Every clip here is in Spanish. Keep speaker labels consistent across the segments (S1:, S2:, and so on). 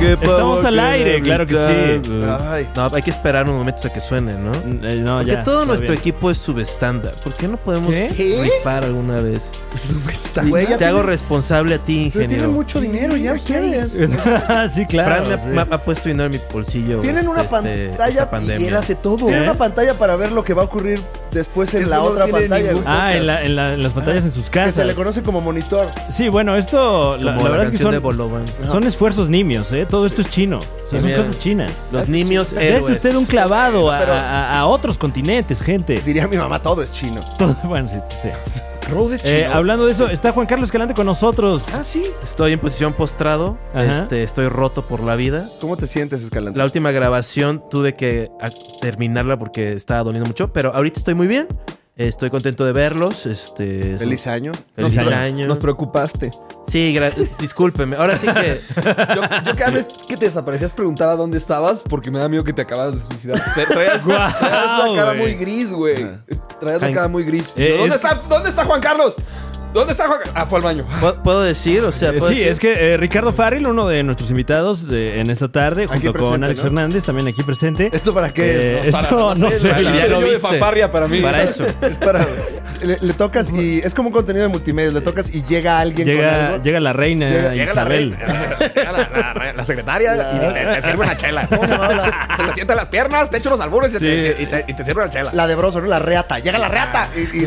S1: Estamos al aire, claro que sí.
S2: Ay, no, hay que esperar unos momentos a que suene, ¿no?
S1: Eh, No,
S2: Porque
S1: ya.
S2: todo
S1: está
S2: nuestro
S1: bien.
S2: equipo es subestándar. ¿Por qué no podemos
S3: ¿Qué?
S2: rifar alguna vez?
S3: Subestar.
S2: Te hago responsable a ti,
S3: Pero
S2: ingeniero.
S3: tienen mucho dinero, ya ustedes.
S1: sí, claro.
S2: Fran me ha-
S1: sí. Ah,
S2: me, ha puesto dinero en mi bolsillo.
S3: Tienen
S2: este-
S3: una
S2: este- esta
S3: pantalla y él
S2: pandemia.
S3: hace todo.
S1: Sí.
S3: Tienen una pantalla para ver lo que va a ocurrir después en
S4: Eso
S3: la
S4: no
S3: otra
S4: tiene
S3: pantalla.
S4: ningún-
S3: güey.
S1: Ah, en, la- en la- en las pantallas en sus
S3: que se le
S1: casas.
S3: conoce como monitor.
S1: Sí, bueno, esto, la,
S2: Como
S1: la
S2: la,
S1: verdad es que
S2: canción de
S1: son,
S2: Bolovan.
S1: son esfuerzos nimios, ¿eh? Todo esto es chino. O sea,
S2: Sí,
S1: son
S2: mira.
S1: cosas chinas.
S2: Los niños
S1: Dese
S2: héroes.
S1: usted un clavado a,
S3: Pero-
S1: a- a otros continentes, gente.
S3: Diría mi mamá, todo es chino.
S1: Todo- bueno, sí, sí.
S3: Road es
S1: Eh, hablando de eso, está Juan Carlos Calante con nosotros.
S3: Ah, sí.
S2: Estoy en posición postrado.
S1: Ajá.
S2: Este, estoy roto por la vida.
S3: ¿Cómo te sientes, Escalante?
S2: La última grabación tuve que a- terminarla porque estaba doliendo mucho, pero ahorita estoy muy bien. Estoy contento de verlos. Este,
S3: Feliz año.
S2: feliz
S1: Nos-
S2: año.
S4: Nos preocupaste.
S2: Sí, gra- discúlpeme. Ahora sí que
S4: Yo, yo cada vez que te desaparecías preguntaba dónde estabas porque me da miedo que te acabaras de suicidar. Te- traías, traías la cara
S1: güey.
S4: muy gris, güey.
S5: Ah.
S4: Traías la
S2: Ay.
S4: cara muy gris.
S1: Eh,
S4: Yo, ¿Dónde,
S1: es-
S4: está, ¿Dónde está Juan Carlos? ¿Dónde está Juan Carlos? Ah, fue al baño.
S2: ¿puedo, puedo decir, o sea,
S1: Eh,
S2: ¿puedo
S1: Sí,
S2: decir?
S1: es que eh, Ricardo Farril, uno de nuestros invitados eh, en esta tarde, junto con
S3: presente,
S1: Alex
S3: ¿no?
S1: Fernández, también aquí presente.
S2: Este
S3: ¿Esto para qué
S4: Ah,
S1: Eh,
S3: es?
S1: esto no sé.
S2: para-
S4: El
S2: ya lo
S4: diseño de
S2: viste.
S4: fanfarria para mí.
S2: para eso.
S3: Es para. Le, le tocas y. Es como un contenido de multimedia. Le tocas y llega alguien con
S1: Llega,
S3: algo.
S1: llega la reina
S3: Llega-
S1: Isabel.
S5: la, la- la secretaria
S3: La-
S5: y te, te sirve una chela.
S3: ¿Cómo se llamaba la,
S5: Se te sientan las piernas, te echo los albures y, te,
S1: Sí.
S5: y, te, y te sirve una chela.
S3: la de Broso, ¿no? La reata. Llega la reata. Y, y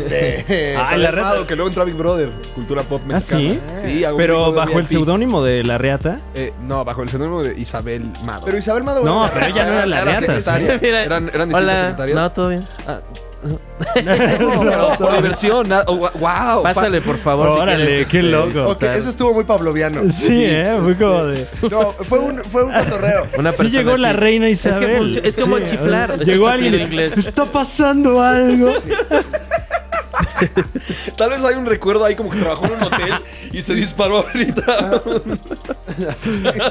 S3: te.
S1: Ah,
S4: Al
S1: la
S4: armado
S1: reta- ¿Ah,
S4: que luego entró a Big Brother, cultura pop mexicana.
S1: ¿sí?
S4: hago un
S1: Pero
S4: grupo de
S1: bajo el
S4: VIP.
S1: seudónimo de la reata.
S4: Eh, no, bajo el seudónimo de Isabel Mado.
S3: Pero Isabel Maduro.
S1: No, pero ella no era la ¿eh?
S4: Era
S1: reata.
S4: secretaria.
S2: ¿eh? Mira,
S4: eran, eran distintas
S2: Hola.
S4: secretarias.
S2: No, todo bien.
S4: Ah, pero por diversión. na- oh, gua- wow.
S2: Pásale, por favor.
S1: Órale,
S2: quieres, este,
S1: qué loco.
S3: Ok, eso estuvo muy pabloviano.
S1: Sí, eh, muy como de.
S3: No, fue un, fue un cotorreo.
S2: Una
S1: Sí
S2: persona
S1: llegó la
S2: así.
S1: reina
S2: que
S1: Isabel.
S2: func- es como
S1: Sí, eh,
S2: chiflar, es
S1: Llegó
S2: el chiflido
S1: alguien.
S2: inglés.
S1: Está pasando algo.
S4: Tal vez hay un recuerdo ahí como que trabajó en un hotel y se disparó ahorita.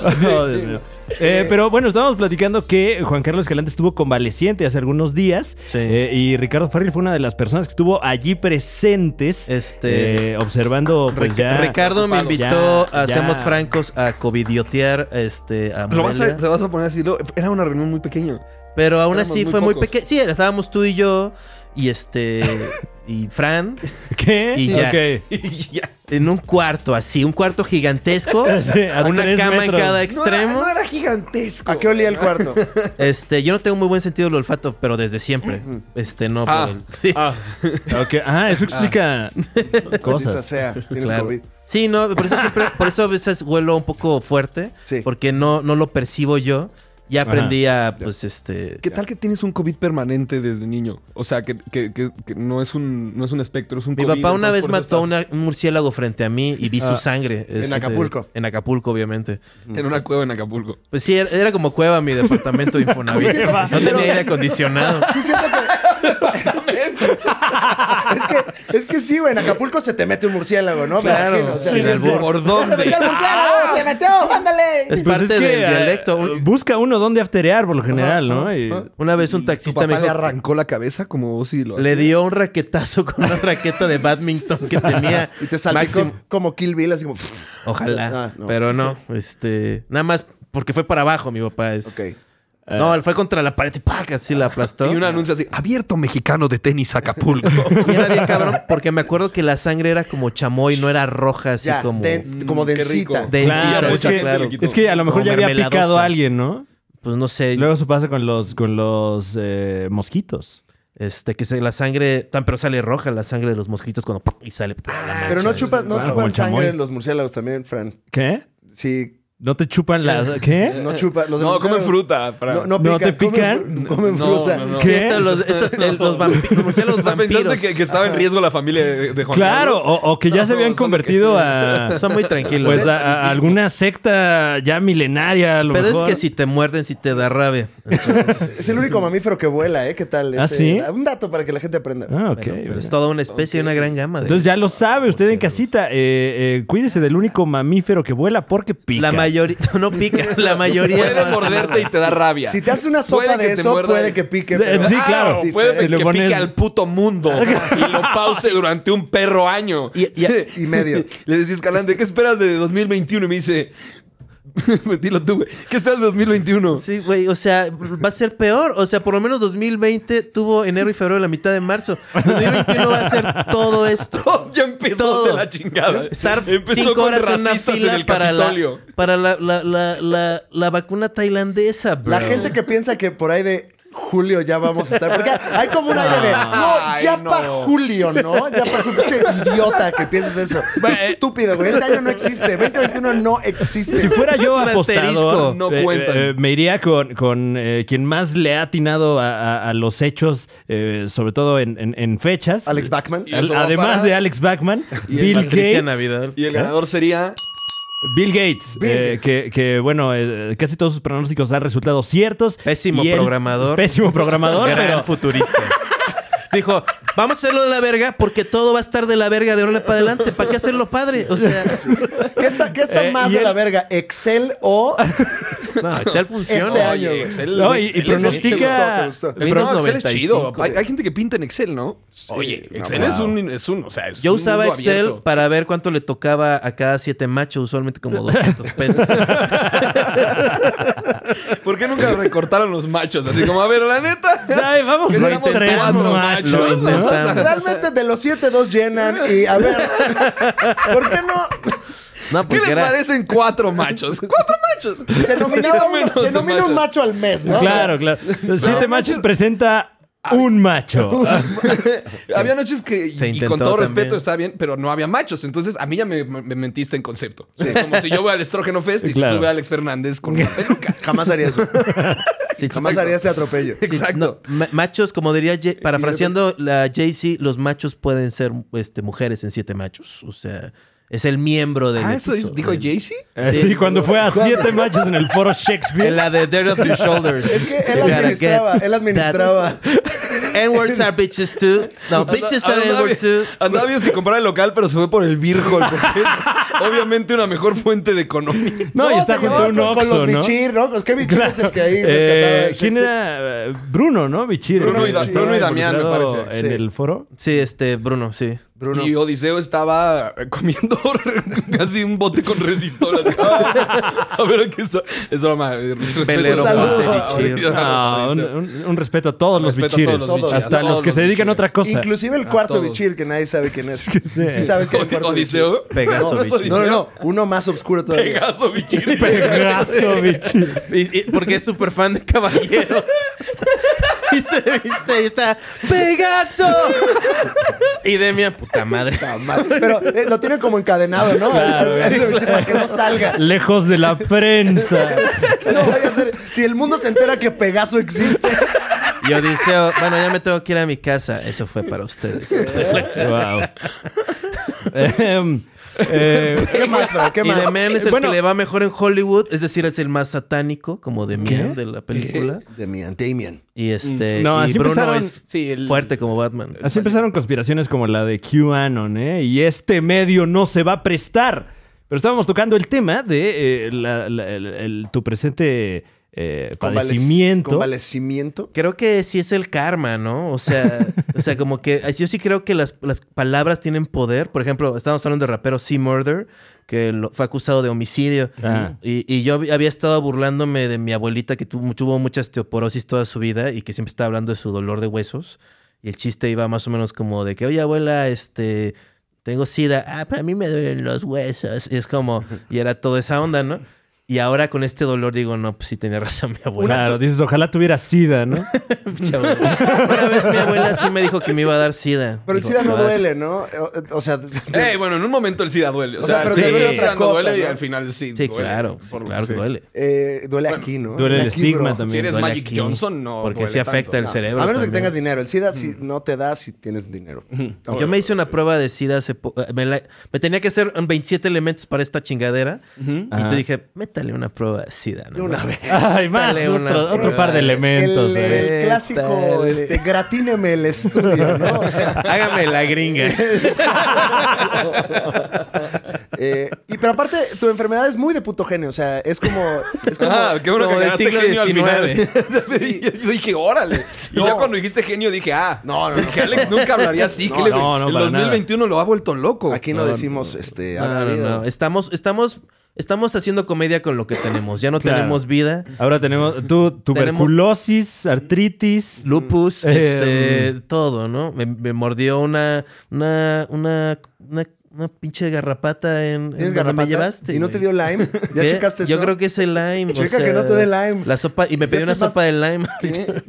S1: No, Dios mío. Eh, pero bueno, estábamos platicando que Juan Carlos Escalante estuvo convaleciente hace algunos días
S2: Sí.
S1: eh, y Ricardo Farril fue una de las personas que estuvo allí presentes
S2: Este-
S1: eh, observando pues,
S2: Ric-
S1: ya-
S2: Ricardo me
S1: ocupado.
S2: invitó
S1: Ya,
S2: a Seamos
S1: ya.
S2: Francos a covidiotear este, a
S4: Lo vas a,
S2: Morelia.
S4: te vas a poner así. lo- Era una reunión muy pequeña.
S2: Pero aún
S4: éramos
S2: así
S4: muy
S2: fue muy
S4: pocos.
S2: pequeño. Sí, estábamos tú y yo y este... Y Fran
S1: ¿Qué?
S2: Y ya.
S1: Ok.
S2: en un cuarto así, un cuarto gigantesco,
S1: Sí, a
S2: una
S1: tres
S2: cama
S1: metros.
S2: en cada
S4: No era,
S2: extremo.
S4: no era gigantesco.
S3: ¿A qué olía el cuarto?
S2: Este, yo no tengo muy buen sentido del olfato, pero desde siempre. Este, no.
S4: Ah.
S2: pero- sí,
S4: Ah,
S1: Ok. Ah, eso explica
S2: Ah.
S3: Maldita
S1: cosas.
S3: sea, tienes
S2: claro.
S3: COVID.
S2: Sí, no, por eso siempre, por eso a veces huelo un poco fuerte,
S3: Sí.
S2: porque no, no lo percibo yo. Ya aprendí a, pues, este.
S4: ¿Qué tal que tienes un COVID permanente desde niño? O sea, que, que- que- que no, es un, no es un espectro, es un
S2: Mi
S4: COVID.
S2: papá una
S4: entonces
S2: vez
S4: por eso
S2: mató a
S4: estás
S2: una- un murciélago frente a mí y vi su sangre. este,
S3: Ah, Acapulco.
S2: En Acapulco, obviamente.
S4: En una cueva en Acapulco.
S2: Pues sí, era, era como cueva mi departamento de Infonavit.
S3: Sí, sí, sí,
S2: no
S3: sí,
S2: tenía
S3: pero-
S2: aire acondicionado.
S3: Sí, siento que. es que. Es que sí, güey. En Acapulco se te mete un murciélago, ¿no? Me
S2: Claro.
S3: imagino, o sea,
S2: Sí,
S3: sí, es
S2: albur.
S3: como,
S4: ¿Por
S3: ¡Se
S4: dónde?
S3: metió el murciélago! ¡Se metió! ¡Ándale!
S2: Es
S1: Pues
S2: parte
S1: Ah. es que,
S2: del
S1: eh,
S2: dialecto. Un-
S1: Busca uno dónde afterear por lo general, ¿no? Y-
S2: Una vez un
S4: ¿Tu
S2: taxista
S4: papá
S2: me
S4: le
S2: dijo,
S4: arrancó la cabeza como vos y lo
S2: le dio un raquetazo con una raqueta de badminton que tenía.
S3: Y te salpicó
S2: máximo-
S3: como Kill Bill, así como.
S2: Ojalá.
S3: Ah, no.
S2: Pero no, este. Nada más porque fue para abajo, mi papá. Es,
S3: Ok.
S2: No, él fue contra la pared y ¡pac! así la aplastó.
S4: Y un anuncio así, abierto mexicano de tenis Acapulco.
S2: Y era bien cabrón porque me acuerdo que la sangre era como chamoy, no era roja, así
S3: Ya,
S2: como.
S3: dens- como
S4: Mm, qué
S3: densita.
S4: rico.
S2: de
S1: Claro,
S2: encina,
S1: es que,
S2: claro.
S1: es que a lo mejor
S2: Como
S1: ya había
S2: mermeladosa.
S1: picado a alguien, ¿no?
S2: Pues no sé.
S1: Y luego eso pasa con los, con los eh, mosquitos.
S2: Este, que se- la sangre. Tan, pero sale roja la sangre de los mosquitos cuando. ¡pum! Y sale. ¡pum! la
S3: Pero
S2: mancha.
S3: no chupan, no
S1: Claro, como
S3: chupan
S1: el chamoy.
S3: sangre en los murciélagos también, Fran.
S1: ¿Qué?
S3: Sí,
S1: No te chupan las. ¿Qué?
S3: No chupa. Los
S4: No, comen
S3: murciélagos-
S4: fruta. Fran.
S3: No, no,
S1: ¿No
S3: pican,
S1: te pican?
S3: Comen, fru- comen
S4: No,
S3: fruta.
S4: no, no.
S2: Sí,
S1: ¿Qué?
S2: estos, los, estos- el- los vampi- los murciélagos
S4: O sea,
S2: vampiros.
S4: pensaste que, que estaba en riesgo la familia de, de Juan
S1: Claro,
S4: Carlos.
S1: o, o que ya se
S4: No,
S1: habían
S4: son
S1: convertido
S4: que-
S1: a.
S2: Son muy tranquilos.
S1: Pues a, a alguna secta ya milenaria, a lo
S2: Pero es
S1: mejor.
S2: que si te muerden, si te da rabia. Entonces,
S3: Es el único mamífero que vuela, ¿eh? ¿Qué tal?
S1: ¿Ah,
S3: Ese-
S1: sí?
S3: Un dato para que la gente aprenda.
S1: Ah, ok.
S2: bueno, pero es
S1: bueno.
S2: toda una especie y una gran gama. De...
S1: Entonces ya lo sabe usted en casita. Eh, eh, cuídese del único mamífero que vuela porque pica.
S2: La mayoría. No pica. La mayoría.
S4: Puede
S2: no hace
S4: morderte y
S2: nada.
S4: te da rabia.
S3: Si te hace una
S4: Puede
S3: sopa
S4: que
S3: de
S4: te
S3: eso,
S4: muerda
S3: puede
S4: el-
S3: que pique.
S1: Sí,
S3: pero-
S1: Eh, sí, claro.
S4: Claro, puede
S1: Si le
S4: que
S1: pones-
S4: pique al puto mundo y lo pause durante un perro año.
S2: Y- y-
S3: Y medio.
S4: Le decía Escalante, ¿qué esperas de 2021? Y me dice, dilo tú, güey. ¿Qué esperas de 2021?
S2: Sí, güey, o sea, va a ser peor. O sea, por lo menos 2020 tuvo enero y febrero la mitad de marzo. 2021 va a ser todo esto.
S4: ya empezó
S2: Todo.
S4: de la chingada.
S2: Estar
S4: empezó
S2: cinco
S4: con
S2: horas en una
S4: racistas
S2: fila
S4: el
S2: para, la,
S4: Capitolio.
S2: para la, la, la, la, la vacuna tailandesa, bro.
S3: La gente que piensa que por ahí de julio ya vamos a estar. Porque hay como un aire de.
S1: Ah.
S3: No,
S4: Ay,
S3: ya
S4: no.
S3: para julio, ¿no? Ya para julio. Pinche idiota que piensas eso. Estúpido, güey. Este año no existe. 2021 no existe.
S1: eh, Si fuera yo
S2: Es un
S1: apostador,
S2: asterisco.
S4: No
S1: eh,
S4: cuentan.
S1: eh, me iría con, con, eh, quien más le ha atinado a, a- a los hechos, eh, sobre todo en, en- en fechas.
S3: Alex Bachman.
S4: Y el
S1: Además
S4: Sobaparada.
S1: de Alex Bachman,
S4: el
S1: Bill
S2: Patricia
S1: Gates.
S2: Navidad.
S4: Y el ganador sería...
S1: Bill Gates,
S3: Bill
S1: eh,
S3: Gates.
S1: Que, que, bueno, eh, casi todos sus pronósticos han resultado ciertos.
S2: Pésimo
S1: Y él-
S2: programador.
S1: Pésimo programador,
S2: Gran
S1: pero
S2: futurista. Dijo, vamos a hacerlo de la verga porque todo va a estar de la verga de ahora para adelante. ¿Para qué hacerlo padre? O sea,
S3: ¿Qué está, qué está
S1: Eh,
S3: más
S1: y
S3: de
S1: él-
S3: la verga? ¿Excel o.
S2: no, Excel
S3: Este año,
S2: funciona.
S4: Oye,
S3: güey.
S4: Excel,
S1: No,
S4: güey,
S1: y- y
S4: Excel es-
S1: pronostica-
S3: Te gustó, te gustó.
S4: No,
S2: Windows
S4: Excel es
S2: 95.
S4: chido. Hay, hay gente que pinta en Excel, ¿no? Oye, Excel es, un, es un... O sea, es
S2: Yo
S4: un
S2: usaba
S4: mundo
S2: Excel
S4: abierto.
S2: para ver cuánto le tocaba a cada siete machos, usualmente como 200 pesos.
S4: ¿Por qué nunca recortaron los machos? Así como, a ver, la neta...
S1: Ay, vamos,
S4: Que
S1: soy
S4: seamos
S1: tres
S4: cuatro
S1: machos,
S4: machos,
S1: ¿no?
S4: ¿no? O sea,
S2: Intentamos.
S3: Realmente de los siete, dos llenan. Y a ver. ¿Por qué no?
S2: No,
S4: ¿Qué
S2: porque
S4: les
S2: era...
S4: parecen cuatro machos? ¡Cuatro machos!
S3: Se nomina,
S4: Poquito
S3: uno-
S4: menos
S3: se
S4: de
S3: nomina un
S4: machos.
S3: macho al mes, ¿no?
S1: Claro, claro. Siete machos presenta un macho.
S4: Había noches que, y-
S2: Se
S4: y,
S2: intentó
S4: con todo
S2: también.
S4: respeto, estaba bien, pero no había machos. Entonces, a mí ya me, me mentiste en concepto. Es como si yo voy al Estrógeno Fest y
S1: Claro.
S4: se sube Alex Fernández con una peluca.
S3: Jamás haría eso.
S2: Sí, sí,
S3: Jamás
S2: sí.
S3: haría ese atropello.
S2: Sí,
S4: Exacto.
S2: no, ma- machos, como diría, Ye- parafraseando la Jay-Z, los machos pueden ser este, mujeres en siete machos. O sea, es el miembro del
S4: Ah, eso es-
S2: episodio.
S4: dijo Jay-Z.
S1: Eh, Sí, cuando fue a siete machos en el foro Shakespeare.
S2: En la de Dead of the Shoulders.
S3: Es que él
S2: You gotta
S3: administraba,
S2: get
S3: él administraba.
S2: that. N-words are bitches too. No, bitches are
S4: Andaba
S2: N-words too.
S4: bien- Andaba bien si compraba el local, pero se fue por el Virgol, porque es obviamente una mejor fuente de economía.
S1: No, y está
S3: se
S1: junto a
S3: llevaba
S1: un
S3: con- Con
S1: Oxxo,
S3: los
S1: ¿no?
S3: bichir, ¿no? Pues, ¿Qué bichir es el que ahí rescataba?
S1: Eh,
S3: el
S1: ¿Quién era? Eh, Bruno, ¿no? Bichir.
S4: Bruno
S1: que
S4: y Da-
S1: estaba
S4: Bruno y Damián, me
S1: involucrado
S4: parece.
S1: En
S3: Sí.
S1: el foro.
S2: Sí, este, Bruno, sí.
S3: Bruno.
S4: Y Odiseo estaba eh, comiendo casi un bote con resistor. así, "Ah, a ver, ¿qué es eso? Es broma. eh, respeto.
S2: Velero
S4: Saludo
S3: Monte
S4: a-
S2: Bichir.
S4: a- a- a-
S1: Ah, un,
S4: Odiseo.
S1: un- un respeto a todos los
S4: Respeto a todos
S1: bichires.
S4: los
S3: bichires,
S1: Hasta
S3: a
S1: los
S4: todos
S1: que
S4: los
S1: se dedican a
S4: bichires.
S1: otra cosa.
S3: Inclusive el cuarto
S4: todos.
S3: bichir, que nadie sabe quién es. Sí sabes quién es el cuarto
S4: Odiseo.
S2: Pegaso,
S4: No, no es
S2: bichir.
S3: No, no,
S4: Odiseo.
S3: no. Uno más oscuro todavía.
S4: Pegaso, bichir.
S1: Pegaso, bichir.
S2: Y- y- porque es súper fan de caballeros. y se viste ahí está ¡Pegaso! y Demian, puta madre.
S3: Pero eh, lo tienen como encadenado, ¿no? Ese bichir para que no salga.
S1: Lejos de la prensa.
S3: No vaya a ser. Si el mundo se entera que Pegaso existe.
S2: Y Odiseo, bueno, ya me tengo que ir a mi casa. Eso fue para ustedes.
S1: wow. Em, eh,
S3: ¿Qué más, Fran? ¿Qué
S2: y
S3: más?
S2: Demian es el
S1: Bueno.
S2: que le va mejor en Hollywood, es decir, es el más satánico, como Demian de la película.
S3: Demian, Damian.
S2: Y este.
S1: No,
S2: y
S1: así
S2: Bruno
S1: empezaron-
S2: es
S4: Sí, el-
S2: fuerte como Batman.
S1: así empezaron conspiraciones como la de QAnon, ¿eh? Y este medio no se va a prestar. Pero estábamos tocando el tema de eh, la- la- el- el- tu presente eh, padecimiento.
S3: Convalecimiento.
S2: Creo que sí es el karma, ¿no? O sea, o sea, como que yo sí creo que las, las palabras tienen poder. Por ejemplo, estábamos hablando del rapero C. Murder, que lo- fue acusado de homicidio.
S1: Ah.
S2: Y, y yo hab- había estado burlándome de mi abuelita que tu- tuvo mucha osteoporosis toda su vida y que siempre estaba hablando de su dolor de huesos. Y el chiste iba más o menos como de que, oye, abuela, este, pues tengo sida. Ah, pero a mí me duelen los huesos. Y es como, y era toda esa onda, ¿no? Y ahora con este dolor digo, no, pues sí tenía razón mi abuela.
S1: Claro, dices, ojalá tuviera sida, ¿no?
S2: Chavo. Una vez mi abuela sí me dijo que me iba a dar sida.
S3: Pero el
S2: Dijo,
S3: SIDA no
S2: "Te va a dar
S3: duele, ¿no? Eh, O, o sea,
S4: Eh, bueno, en un momento el SIDA duele. O,
S3: O sea,
S4: sea,
S3: pero
S4: sí,
S2: te duele
S4: el
S2: otra
S4: SIDA no
S3: cosa,
S4: duele y
S3: ¿no?
S4: al final sí.
S2: Sí,
S4: duele.
S2: claro,
S4: Por-
S2: claro que
S4: sí.
S2: duele.
S3: eh, duele aquí, ¿no?
S1: Duele el
S3: Aquí,
S1: estigma
S3: bro.
S4: Si
S1: también.
S4: eres
S2: duele
S4: Magic
S2: aquí.
S4: Johnson, no.
S2: Porque
S4: duele
S2: sí afecta
S4: tanto.
S2: el
S4: No.
S2: cerebro.
S3: A menos de que
S2: también. Mm.
S3: tengas dinero. El SIDA sí no te da si tienes dinero.
S2: Yo me hice una prueba de SIDA hace po- me, la- me tenía que hacer 27 elementos para esta chingadera. Y
S1: Ajá.
S2: te dije, métale una prueba de SIDA. ¿no?
S3: De una vez.
S1: Ay, más,
S2: Sale una
S1: otro, otro par de
S2: prueba.
S1: elementos.
S3: el,
S1: ¿eh?
S3: el clásico,
S2: Dale.
S3: este, gratíneme el estudio, ¿no? O sea,
S2: Hágame la gringa.
S3: eh, y pero aparte, tu enfermedad es muy de puto genio. O sea, es como. Es como
S4: Ah, qué bueno
S2: como
S4: que
S2: del
S4: ganaste
S2: siglo
S4: genio al final.
S3: Sí.
S4: Yo dije, órale. Y ya
S3: No.
S4: cuando dijiste genio, dije, ah,
S3: No, no, no.
S4: que Alex nunca hablaría así.
S3: No,
S4: que le-
S1: no, no,
S4: el
S1: para
S4: 2021 lo ha vuelto loco.
S3: Aquí no, decimos este. a
S2: No,
S3: la
S2: no,
S3: vida.
S2: no. Estamos, estamos, estamos haciendo comedia con lo que tenemos. Ya no
S1: Claro.
S2: tenemos vida.
S1: Ahora tenemos tú, tuberculosis, artritis.
S2: Lupus,
S1: Eh,
S2: este, todo, ¿no? Me, me mordió una, una, una, una, una pinche garrapata en, en
S3: ¿Tienes
S2: donde
S3: garrapata?
S2: me llevaste.
S3: ¿Y no
S2: güey.
S3: te dio Lyme? ¿Ya
S2: ¿Qué?
S3: checaste eso?
S2: Yo creo que es el lime. o
S3: Checa que
S2: sea,
S3: no te dé lime.
S2: La sopa, y me
S3: Ya
S2: pedí una
S3: estoy más-
S2: sopa de lime.
S3: Eh,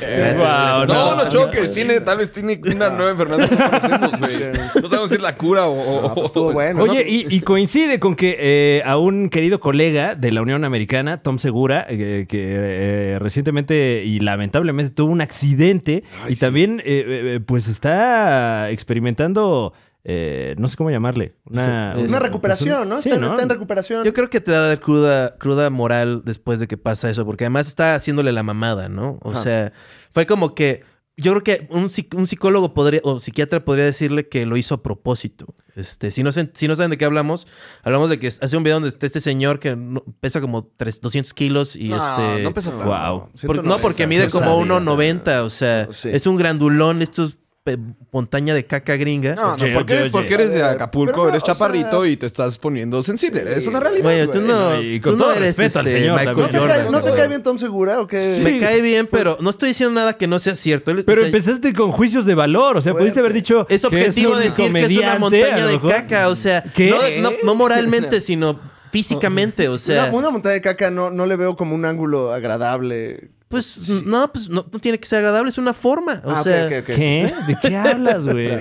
S3: eh,
S1: Wow,
S4: No, no,
S1: no.
S4: choques. Tiene, tal vez tiene una nueva enfermedad que no conocemos, güey. No sabemos si es la cura o. o-
S3: no, pues estuvo bueno.
S1: Oye, y, y coincide con que eh, a un querido colega de la Unión Americana, Tom Segura, eh, que eh, recientemente y lamentablemente tuvo un accidente y también eh, eh, pues está experimentando, eh, no sé cómo llamarle, una, pues,
S2: Sí, es
S3: Una recuperación, ¿no?
S1: Sí,
S3: está, está en recuperación.
S2: Yo creo que te va a dar cruda, cruda moral después de que pasa eso, porque además está haciéndole la mamada, ¿no? O sea, fue como que. Yo creo que un, psic- un psicólogo podría, o psiquiatra podría decirle que lo hizo a propósito. Este, si, no se- si no saben de qué hablamos, hablamos de que hace un video donde está este señor que no- pesa como tres- 200 kilos y este.
S3: no pesa tanto.
S1: Wow.
S2: Por- no,
S3: 190,
S2: porque mide
S3: no
S2: como
S3: sabía.
S2: 1.90, o sea,
S3: Sí.
S2: es un grandulón, esto es pe- montaña de caca gringa.
S3: No, no,
S1: Oye,
S4: Porque eres,
S1: oye,
S4: porque
S1: oye.
S4: eres de
S3: Pero
S4: Acapulco,
S3: no,
S4: eres
S3: o sea-
S4: chaparrito y te estás poniendo sensible. Es una realidad.
S2: Güey, tú
S3: güey,
S2: no,
S1: no, y
S2: tú
S1: con
S2: no
S1: todo
S2: eres
S1: respeto al
S2: este,
S1: señor
S2: Michael
S3: ¿No
S1: también.
S3: te,
S2: Jordan.
S3: cae, ¿No te cae bien Tom Segura o qué?
S1: Sí.
S2: Me cae bien, pero no estoy diciendo nada que no sea cierto. Él-
S1: Pero
S2: o sea,
S1: empezaste con juicios de valor, o sea, pudiste haber dicho
S2: es objetivo
S1: que es un
S2: decir que es una
S1: comediante, a
S2: montaña
S1: lo
S2: de
S1: mejor.
S2: caca, o sea,
S1: ¿Qué?
S2: No, no- no moralmente, sino físicamente, o sea,
S3: una, una montaña de caca no, no le veo como un ángulo agradable.
S2: pues no, pues no, no tiene que ser agradable, es una forma, o
S3: Ah, ok,
S2: sea,
S3: ok, ok.
S1: ¿Qué? ¿De qué hablas, güey?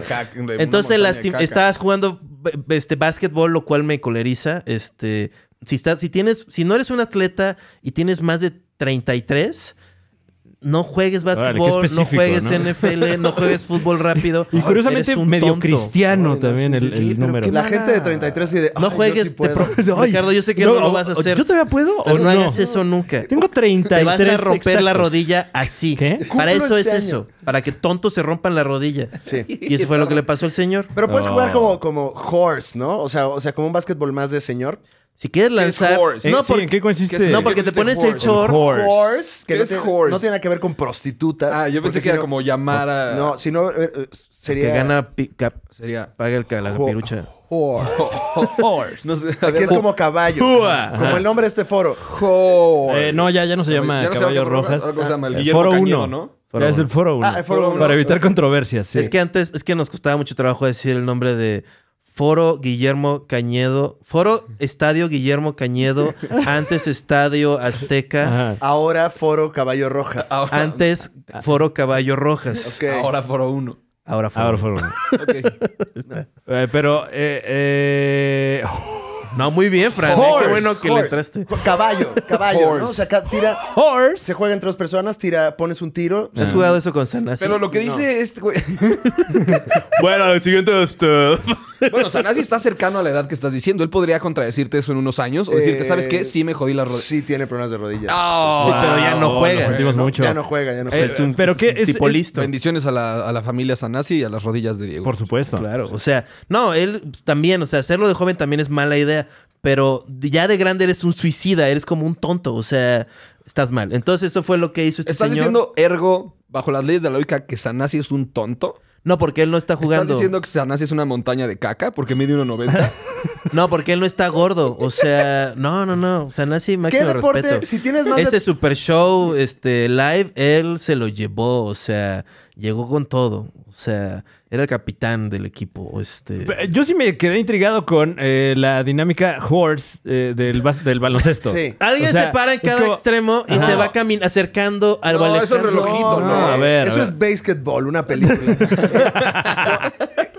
S2: entonces lasti- estabas jugando b- este básquetbol, lo cual me coleriza, este, si estás, si tienes, si no eres un atleta y tienes más de 33 no juegues
S1: Órale, qué
S2: básquetbol, no
S1: específico,
S2: juegues
S1: ¿no?
S2: NFL, no juegues fútbol rápido.
S1: Y curiosamente
S2: Eres un
S1: medio
S2: tonto.
S1: cristiano
S3: Bueno,
S1: también
S3: sí,
S1: el,
S3: sí,
S1: el
S3: sí, pero
S1: número.
S3: qué La gente de 33 y de.
S2: No
S3: "Ay, yo
S2: juegas,
S3: sí
S2: te
S3: puedo".
S2: pro- Ricardo, yo sé que no, lo vas a hacer.
S1: ¿Yo todavía puedo
S2: pero
S1: o
S2: no,
S1: no?
S2: hagas eso nunca.
S1: Tengo 33
S2: Te vas a romper la
S1: exactos.
S2: rodilla así.
S1: ¿Qué?
S2: Para
S3: Cumplo
S2: eso
S3: este
S2: es
S3: año.
S2: eso. Para que tontos se rompan la rodilla.
S3: Sí.
S2: Y eso fue lo que le pasó al señor.
S3: Pero puedes
S1: No.
S3: jugar como, como horse, ¿no? O sea, o sea, como un básquetbol más de señor.
S2: Si quieres lanzar.
S4: horse?
S1: Eh,
S2: No,
S1: sí,
S2: porque,
S1: ¿en qué consiste?
S4: ¿Qué es-
S2: no, porque te
S4: ¿Qué
S2: pones
S4: consiste
S2: el short.
S1: Horse.
S3: que
S4: ¿Qué
S3: no
S4: es
S3: tiene,
S4: horse?
S3: no tiene nada que ver con prostitutas.
S4: Ah, yo pensé
S3: porque
S4: que era
S3: si no-
S4: como llamar a.
S3: No, si no, eh, eh,
S2: Que
S3: sería.
S2: gana. pi- cap-
S4: Sería.
S2: Paga el ca- la
S3: ho-
S2: pirucha.
S3: Oh, Horse.
S4: No sé.
S3: Que es como caballo. Como el nombre de este foro.
S1: Eh, no, ya, ya no se llama
S4: Ya no se
S1: Caballo
S4: llama Caballo
S1: Rojas.
S4: Rojas, ahora cómo se llama, el
S1: Eh,
S4: Guillermo
S1: Foro
S4: Cañedo,
S1: 1.
S4: ¿no?
S2: Foro
S1: es el
S2: uno.
S1: Foro 1.
S3: Ah, el Foro uno.
S1: Para evitar controversias, sí.
S2: Es que antes, es que nos costaba mucho trabajo decir el nombre de Foro Guillermo Cañedo. Foro Estadio Guillermo Cañedo. antes Estadio Azteca.
S1: Ajá.
S3: Ahora foro caballo rojas.
S4: Ahora,
S2: Antes Foro Caballo Rojas.
S3: Ok.
S4: ahora foro uno.
S2: Ahora Ah, Foro.
S1: Ahora Foro 1.
S4: Ok.
S1: Eh, pero, eh, eh,
S2: No, muy bien, Fran. ¿eh?
S4: Horse,
S2: Qué bueno que
S4: horse.
S2: le entraste.
S3: Caballo, caballo, ¿no?
S4: Horse.
S3: O sea, ca- tira,
S1: Horse.
S3: se juega entre dos personas, tira, pones un tiro.
S2: ¿Has jugado eso con Sanasi?
S4: Pero lo que dice este güey.
S2: Bueno, el siguiente es...
S4: Bueno, Sanasi está cercano a la edad que estás diciendo. Él podría contradecirte eso en unos años o decirte, ¿sabes qué? Sí me jodí la rodilla.
S3: Eh, Sí tiene problemas de rodillas.
S4: Ah,
S2: pero ya no
S1: Wow,
S2: juega.
S1: Lo sentimos mucho.
S3: Ya no juega, ya no
S1: Eh,
S3: juega.
S2: es un-
S1: pero qué es,
S2: tipo
S1: es-
S2: listo.
S4: Bendiciones a la, a la familia Sanasi y a las rodillas de Diego.
S1: Por supuesto.
S2: Claro, o sea, no, él también, o sea, hacerlo de joven también es mala idea, pero ya de grande eres un suicida, eres como un tonto, o sea, estás mal. Entonces eso fue lo que hizo este
S4: ¿Estás
S2: señor.
S4: diciendo, ergo, bajo las leyes de la lógica, que Sanasi es un tonto?
S2: No, porque él no está jugando.
S4: ¿Estás diciendo que Sanasi es una montaña de caca porque mide 1.90?
S2: No, porque él no está gordo, o sea, no, no, no, o sea, Nancy, máximo
S3: ¿Qué deporte?
S2: respeto.
S3: Si tienes más de-
S2: Ese super show este live él se lo llevó, o sea, llegó con todo. O sea, era el capitán del equipo. Este...
S1: Yo sí me quedé intrigado con eh, la dinámica horse eh, del, bas- del baloncesto.
S3: Sí.
S2: Alguien
S1: O sea,
S2: se para en
S1: es
S2: cada
S1: como-
S2: extremo y
S1: Ajá.
S2: se va camin- acercando al
S5: No, eso es
S2: Alexander.
S5: relojito,
S1: No,
S5: ¿no?
S1: Ah, a ver. a
S3: Eso
S1: ver.
S3: es basketball, una película.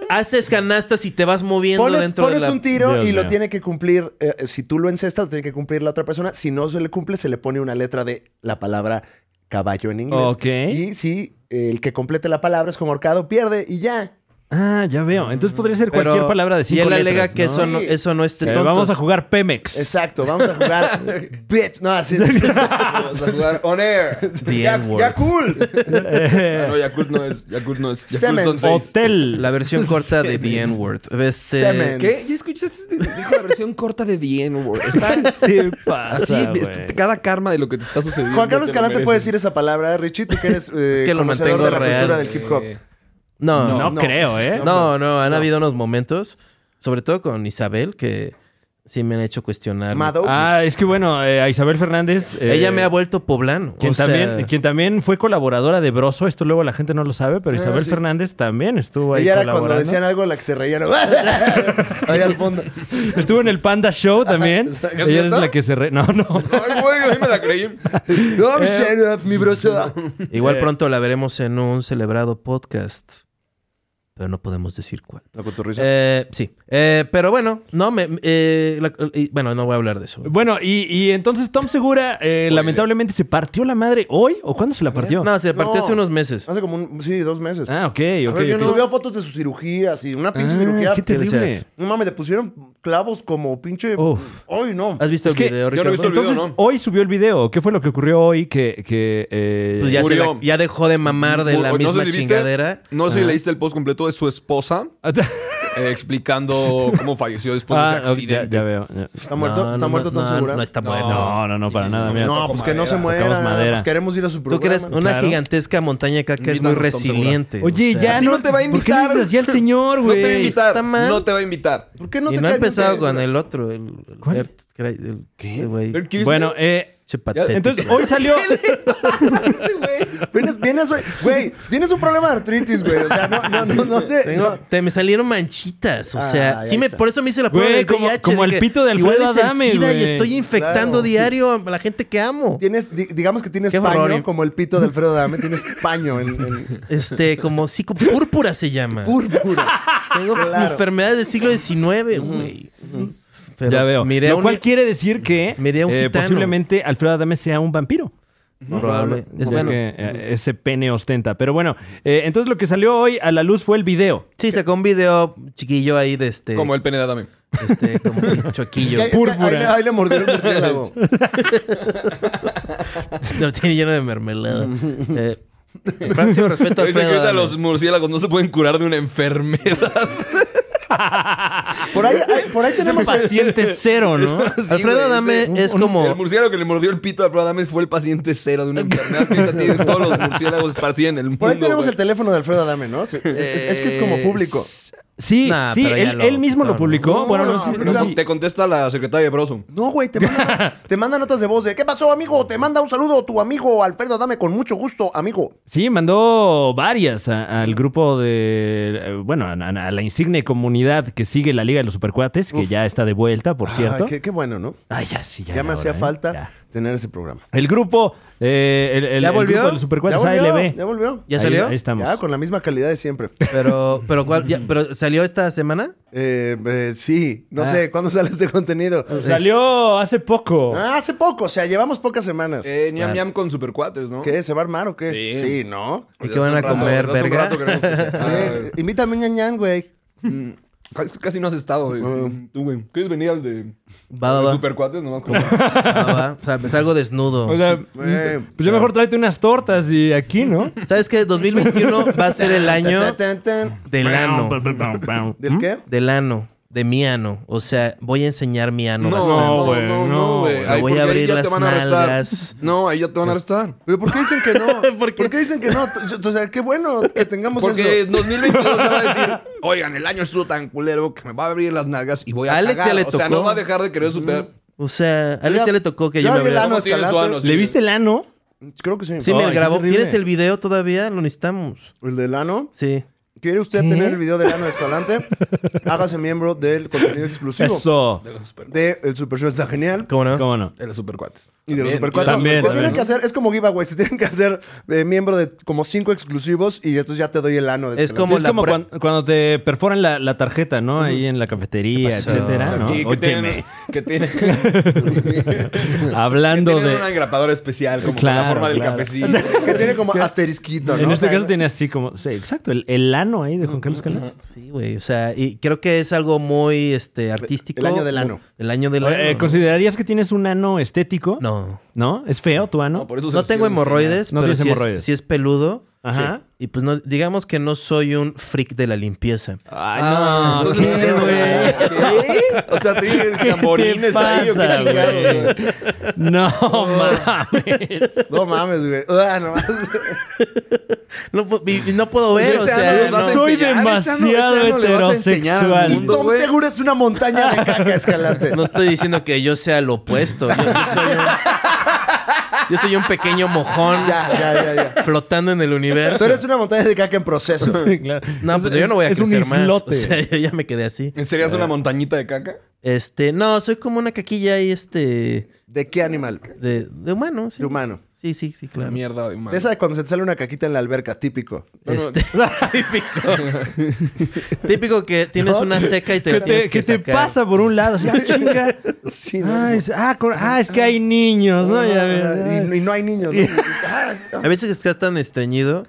S2: Haces canastas y te vas moviendo
S3: pones
S2: dentro
S3: pones
S2: de la...
S3: un tiro
S1: Dios
S3: y lo
S1: mío.
S3: tiene que cumplir. eh, si tú lo encestas, lo tiene que cumplir la otra persona. Si no se le cumple, se le pone una letra de la palabra caballo en inglés.
S1: Ok.
S3: Y si eh, el que complete la palabra es como ahorcado, pierde y ya.
S1: Ah, ya veo. Entonces podría ser
S2: Pero-
S1: cualquier palabra de
S2: Y
S1: cinco
S2: él
S1: letras.
S2: alega que
S1: ¿no?
S2: eso, no,
S3: Sí.
S2: eso no es de
S1: Eh,
S2: tontos.
S1: vamos a jugar Pemex.
S3: Exacto, vamos a jugar. bitch, no, así.
S4: Vamos a jugar on air.
S2: The
S4: Ya,
S2: N-word.
S4: ya cool. Ah, no, Yakult no es. Yakult no es. Yakult son
S3: Semen.
S4: seis.
S1: Eh, Hotel.
S2: La versión corta de The N-Word. Este,
S3: Semen.
S4: Oh, ¿Qué? ¿Ya escuchaste? este? Dijo la versión corta de The N-word. Está
S1: ¿Qué
S4: así.
S1: pasa, güey?
S4: este, cada karma de lo que te está sucediendo.
S3: Juan Carlos
S4: te lo
S3: Escalante
S4: mereces.
S3: puede decir esa palabra, Richie, tú que eres eh,
S2: Es que lo
S3: conocedor
S2: mantengo
S3: de la
S2: real.
S3: cultura del hip hop.
S4: Eh,
S2: No,
S1: No,
S3: no.
S1: creo, ¿eh?
S2: No, no, han habido unos momentos, sobre todo con Isabel, que sí me han hecho cuestionar.
S3: Mado.
S1: Ah, es que bueno, eh, a Isabel Fernández. eh,
S2: Ella me ha vuelto poblano.
S1: Quien,
S2: o sea,
S1: también, quien también fue colaboradora de Broso, esto luego la gente no lo sabe, pero
S3: Ah,
S1: Isabel
S3: sí.
S1: Fernández también estuvo ahí
S3: Ella era cuando
S1: colaborando.
S3: decían algo la que se reían. Ahí al fondo.
S1: Estuvo en el Panda Show también.
S4: ¿Es
S2: Eh,
S1: Ella es
S4: neta?
S1: la que se re... No, no.
S4: Ay, güey, a mí me la creí.
S3: No, I'm sheriff, mi brosa.
S2: Igual
S1: Eh.
S2: pronto la veremos en un celebrado podcast. Pero no podemos decir cuál.
S3: La cotorriza.
S2: Eh, sí. Eh, pero bueno, no me. eh, la- y- bueno, no voy a hablar de eso.
S1: Bueno, y, y entonces Tom Segura eh, lamentablemente se partió la madre hoy o cuándo
S4: ¿Eh?
S1: se la partió.
S2: No, se partió
S3: No. Ah.
S2: hace unos meses.
S3: Hace como un, sí, dos meses.
S1: Ah, ok,
S3: A
S1: ok.
S3: ver, yo
S1: ok.
S3: no veo fotos de sus cirugías y una pinche
S1: Ah,
S3: cirugía.
S1: qué terrible.
S2: deseas?
S3: No mames, le pusieron clavos como pinche.
S1: Uf.
S3: Ay, no.
S2: ¿Has visto
S1: Es
S2: el
S1: que
S2: video,
S4: yo no he
S2: Ricardo?
S4: visto el video,
S1: Entonces,
S4: ¿no?
S1: hoy subió el video. ¿Qué fue lo que ocurrió hoy que... que eh,
S2: Pues ya, se la-
S4: Murió.
S2: ya dejó de mamar de la
S4: No sé
S2: misma
S4: si viste-
S2: chingadera.
S4: No sé si
S2: Ajá.
S4: leíste el post completo de su esposa eh, explicando cómo falleció después de
S1: Ah,
S4: ese
S1: ok, ya,
S4: accidente.
S1: ya veo. ya.
S3: ¿Está muerto?
S2: No,
S3: ¿Está
S2: no,
S3: muerto
S2: no,
S3: Tom
S2: no,
S3: Segura?
S2: No está muerto.
S1: No, no, no, para
S4: Sí, sí,
S1: nada.
S4: sí.
S1: mira.
S4: No,
S3: No, pues que no se
S4: Tocamos
S3: muera.
S1: madera.
S3: Pues queremos ir a su
S2: ¿Tú
S3: programa.
S2: crees? Una
S1: Claro.
S2: gigantesca montaña caca que es muy
S4: Invítanos, Tom Segura.
S2: resiliente.
S1: pues, Oye,
S2: o sea,
S1: ya
S4: a ti
S1: no,
S4: no te va a
S1: ¿Por qué
S4: invitar?
S1: dices ya el señor,
S4: No
S1: güey?
S4: te va a
S2: está
S4: invitar.
S2: mal.
S4: No te va a invitar.
S3: ¿Por qué no
S2: y
S3: te
S2: no ha
S3: cae bien,
S2: empezado
S3: Tom
S2: con
S3: Segura?
S2: el otro. El, el
S1: ¿Cuál?
S2: Ert- que era el- ese güey.
S4: ¿El Kirchner?
S1: Bueno, eh,
S2: Che, patético.
S1: entonces hoy salió...
S3: Vienes, vienes, hoy- güey. Tienes un problema de artritis, güey. O sea, no, no, no, no te.
S2: Tengo-
S3: no.
S2: te- me salieron manchitas, o
S3: Ah,
S2: sea,
S3: ahí
S2: sí me,
S3: está.
S2: por eso me hice la
S1: Güey,
S2: prueba del
S1: como-
S2: VIH,
S1: como el
S2: dije,
S1: pito de
S2: igual
S1: Alfredo
S2: es el
S1: Adame,
S2: SIDA y
S1: güey.
S2: estoy infectando
S3: Claro.
S2: diario a la gente que amo.
S3: Tienes, di- digamos que tienes
S2: Qué
S3: paño,
S2: horror.
S3: como el pito de Alfredo Dame. Tienes paño en, en
S2: Este, como psico púrpura se llama.
S3: púrpura.
S2: Tengo
S3: claro.
S2: enfermedades del siglo XIX, güey. Pero
S1: ya veo.
S2: miré a
S1: Lo
S2: un-
S1: cual quiere decir que
S2: miré a un
S1: eh,
S2: gitano.
S1: posiblemente Alfredo Adame sea un vampiro.
S2: probable. Es
S1: ya
S2: bueno.
S1: que, eh, ese pene ostenta. Pero bueno, eh, entonces lo que salió hoy a la luz fue el video.
S2: Sí, sacó un video chiquillo ahí de este.
S4: Como el pene de Adame.
S2: Este, como un
S3: Es
S2: choquillo.
S3: que- es que
S1: Púrpura.
S3: ahí, le- ahí le mordió el murciélago.
S2: Este Lo tiene lleno de mermelada. Eh, Francio, respeto a
S4: Dice que
S2: Alfredo.
S4: ahorita
S2: Adame.
S4: los murciélagos no se pueden curar de una enfermedad.
S3: Por ahí, ahí- por ahí tenemos.
S1: Paciente cero, ¿no?
S4: Sí,
S2: Alfredo
S4: güey,
S2: Adame
S4: ese-
S2: es como.
S4: El murciélago que le mordió el pito a Alfredo Adame fue el paciente cero de una enfermedad que ahorita tienen todos los murciélagos esparcidos en el mundo.
S3: Por ahí tenemos
S4: güey.
S3: el teléfono de Alfredo Adame, ¿no? Sí, Es, es- es que es como público.
S1: Sí,
S2: Nah,
S1: sí,
S2: pero ya
S1: él,
S2: lo
S1: él mismo lo
S2: quitaron.
S1: publicó.
S3: No,
S1: bueno, no,
S3: no,
S1: sé-
S3: pero
S1: no
S3: ya-
S1: sé-
S3: sí.
S4: Te contesta la secretaria de Broso.
S3: No, güey, te manda, te manda notas de voz de ¿Qué pasó, amigo? Te manda un saludo tu amigo Alfredo Adame con mucho gusto, amigo.
S1: Sí, mandó varias a- al grupo de. eh, Bueno, a, a- a la insigne comunidad que sigue la Liga de los Supercuates, que ya está de vuelta, por cierto.
S3: Ah, qué, qué bueno, ¿no?
S1: Ay, ya sí, ya.
S3: Ya,
S1: era
S3: me hacía
S1: hora, ¿eh?
S3: falta
S1: Ya.
S3: tener ese programa.
S1: El grupo. eh, el, el-
S2: ¿Ya
S1: el
S2: volvió?
S1: grupo de los
S3: Ya
S1: Supercuates
S3: volvió,
S1: ALB.
S3: ya volvió.
S2: ¿Ya
S1: Ahí-
S2: salió?
S1: Ahí, estamos.
S3: Ya, con la misma calidad de siempre.
S2: Pero, pero, ¿cuál? Ya, pero salió esta semana.
S3: Eh, eh, sí, no
S2: Ah.
S3: sé, ¿cuándo sale este contenido?
S1: Oh. Salió hace poco.
S3: Ah, hace poco, o sea, llevamos pocas semanas.
S4: Eh, ñam ñam con supercuates, ¿no?
S3: ¿Qué? ¿Se va a armar o qué?
S4: Sí. Ah.
S3: Sí, ¿no?
S2: ¿Y
S4: Desde
S2: qué van
S4: hace
S2: a
S4: un rato,
S2: comer,
S4: desde hace un
S2: verga?
S4: rato queremos que se-
S3: Eh, invítame un ñañán, güey.
S4: Mm, casi- Casi no has estado, güey.
S3: Ah.
S4: Tú, güey. ¿Quieres venir al de,
S2: Va, va,
S4: al de
S2: va.
S4: supercuates? Nomás como...
S2: Ah, va. O sea, me salgo desnudo.
S1: O sea,
S3: Eh,
S1: pues yo mejor tráete unas tortas y aquí, ¿no?
S2: ¿Sabes qué? 2021 va a ser el año
S3: Tan, tan, tan.
S2: del
S1: pues-
S2: ano.
S3: ¿Del qué?
S2: Del ano. De mi ano. O sea, voy a enseñar mi ano. bastante.
S1: no, güey, no,
S4: güey.
S2: Le
S4: Ay,
S2: voy
S4: porque
S2: a
S4: ahí
S2: abrir
S4: ya te
S2: las
S4: van a arrestar.
S2: nalgas.
S4: No, ahí ya te van a arrestar.
S3: ¿Pero por qué dicen que no? ¿Por, qué?
S2: qué?
S3: dicen que no? Yo- O sea, qué bueno que tengamos
S4: Porque
S3: eso.
S4: en 2022 te va a decir, oigan, el año estuvo tan culero que me va a abrir las nalgas y voy a
S2: Alex ya
S4: cagar".
S2: le
S4: O sea,
S2: tocó.
S4: no va a dejar de querer superar.
S2: O sea, a Alex
S3: Ya-
S2: ya le tocó que
S3: ya
S2: yo me
S3: vi el
S2: vea.
S3: ano.
S4: ¿Cómo tiene su
S3: Escalante.
S4: ano? Sí.
S1: ¿Le viste el ano?
S3: Creo que sí.
S2: Sí,
S1: Ay,
S2: me
S1: qué
S2: grabó.
S1: terrible.
S2: ¿Tienes el video todavía? Lo necesitamos.
S3: ¿El del ano?
S2: Sí.
S3: ¿Quiere usted tener el video del ano de Escalante? Hágase miembro del contenido exclusivo
S1: Eso.
S3: de El Super Show. Está genial.
S2: ¿Cómo no?
S1: ¿Cómo no?
S4: De los supercuates.
S3: Y de los
S4: También,
S3: supercuatros.
S1: también,
S3: Te tienen
S1: también.
S3: que hacer, es como giveaway, se tienen que hacer eh, miembro de como cinco exclusivos y entonces ya te doy el ano. de
S2: Es
S3: Escalante.
S2: Como
S1: Sí, es
S2: la
S1: como
S2: pura-
S1: cuan- cuando, te perforan la, la tarjeta, ¿no? Ahí en la cafetería,
S2: pasó?
S1: etcétera, ¿no?
S4: Sí, que tienen,
S1: Óyeme,
S4: que tienen, que
S1: hablando
S4: tienen una
S1: de...
S4: engrapadora especial, como con
S1: Claro,
S4: la forma del
S1: claro.
S4: cafecito.
S3: Que tiene como asterisquito, ¿no?
S1: En este
S3: O sea,
S1: caso tiene así como... sí, exacto, el, el ano ahí de Juan Carlos Calante.
S2: Sí, güey. O sea, y creo que es algo muy este, artístico.
S3: El año del ano.
S2: El año del ano.
S1: Eh, ¿Considerarías que tienes un ano estético?
S2: No.
S1: ¿No? ¿Es feo tu ano?
S4: No, por eso se
S2: No
S4: los
S2: tengo
S4: quiero
S2: hemorroides,
S1: No
S2: pero
S1: tienes
S2: sí,
S1: hemorroides.
S2: Es, sí es peludo.
S1: Ajá.
S2: Y pues no, digamos que no soy un freak de la limpieza.
S1: Ay,
S4: Ah,
S1: no.
S4: entonces,
S1: ¿qué, güey?
S4: ¿Qué? O sea, tienes
S1: ¿Qué te
S4: gamborines ahí o qué
S1: pasa,
S4: chingados.
S1: güey? No, mames.
S3: No mames, güey. Ah, no mames.
S2: No, pu- y- y no puedo ver, o
S4: Ese
S2: sea...
S4: ano nos vas a
S2: no.
S1: Soy
S4: enseñar, ese ano-
S1: demasiado
S4: ese ano le vas a enseñar al
S1: heterosexual.
S3: Y
S4: mundo,
S3: Tom
S4: güey.
S3: seguro es una montaña de caca, Escalante.
S2: No estoy diciendo que yo sea lo opuesto. Yo, yo soy, un, yo soy un pequeño mojón
S3: Ya, ya, ya, ya.
S2: flotando en el universo.
S3: Tú eres una montaña de caca en proceso.
S1: Claro.
S2: No,
S1: Es-
S2: pero yo no voy a
S1: es un
S2: crecer más. O
S1: islote.
S2: sea, yo ya me quedé así.
S4: ¿Serías una montañita de caca?
S2: Este, no, soy como una caquilla ahí, este,
S3: ¿De qué animal?
S2: de, de humano. Sí.
S3: De humano.
S2: Sí, sí, sí,
S4: La
S2: claro.
S4: mierda de humano.
S3: De esa de cuando se te sale una caquita en la alberca, típico.
S2: Este, típico. típico que tienes
S3: ¿No?
S2: una seca y te
S1: ¿Qué
S2: la tienes
S1: te,
S2: que
S1: qué te
S2: sacar.
S1: pasa por un lado? O sea, chinga.
S3: Sí, ¿no?
S1: Ah, es, ah, con- ah, es que hay niños, ¿no? Ya
S2: Ah,
S1: ves.
S3: y, y no hay niños. ¿no? Ah,
S2: A veces estás tan esteñido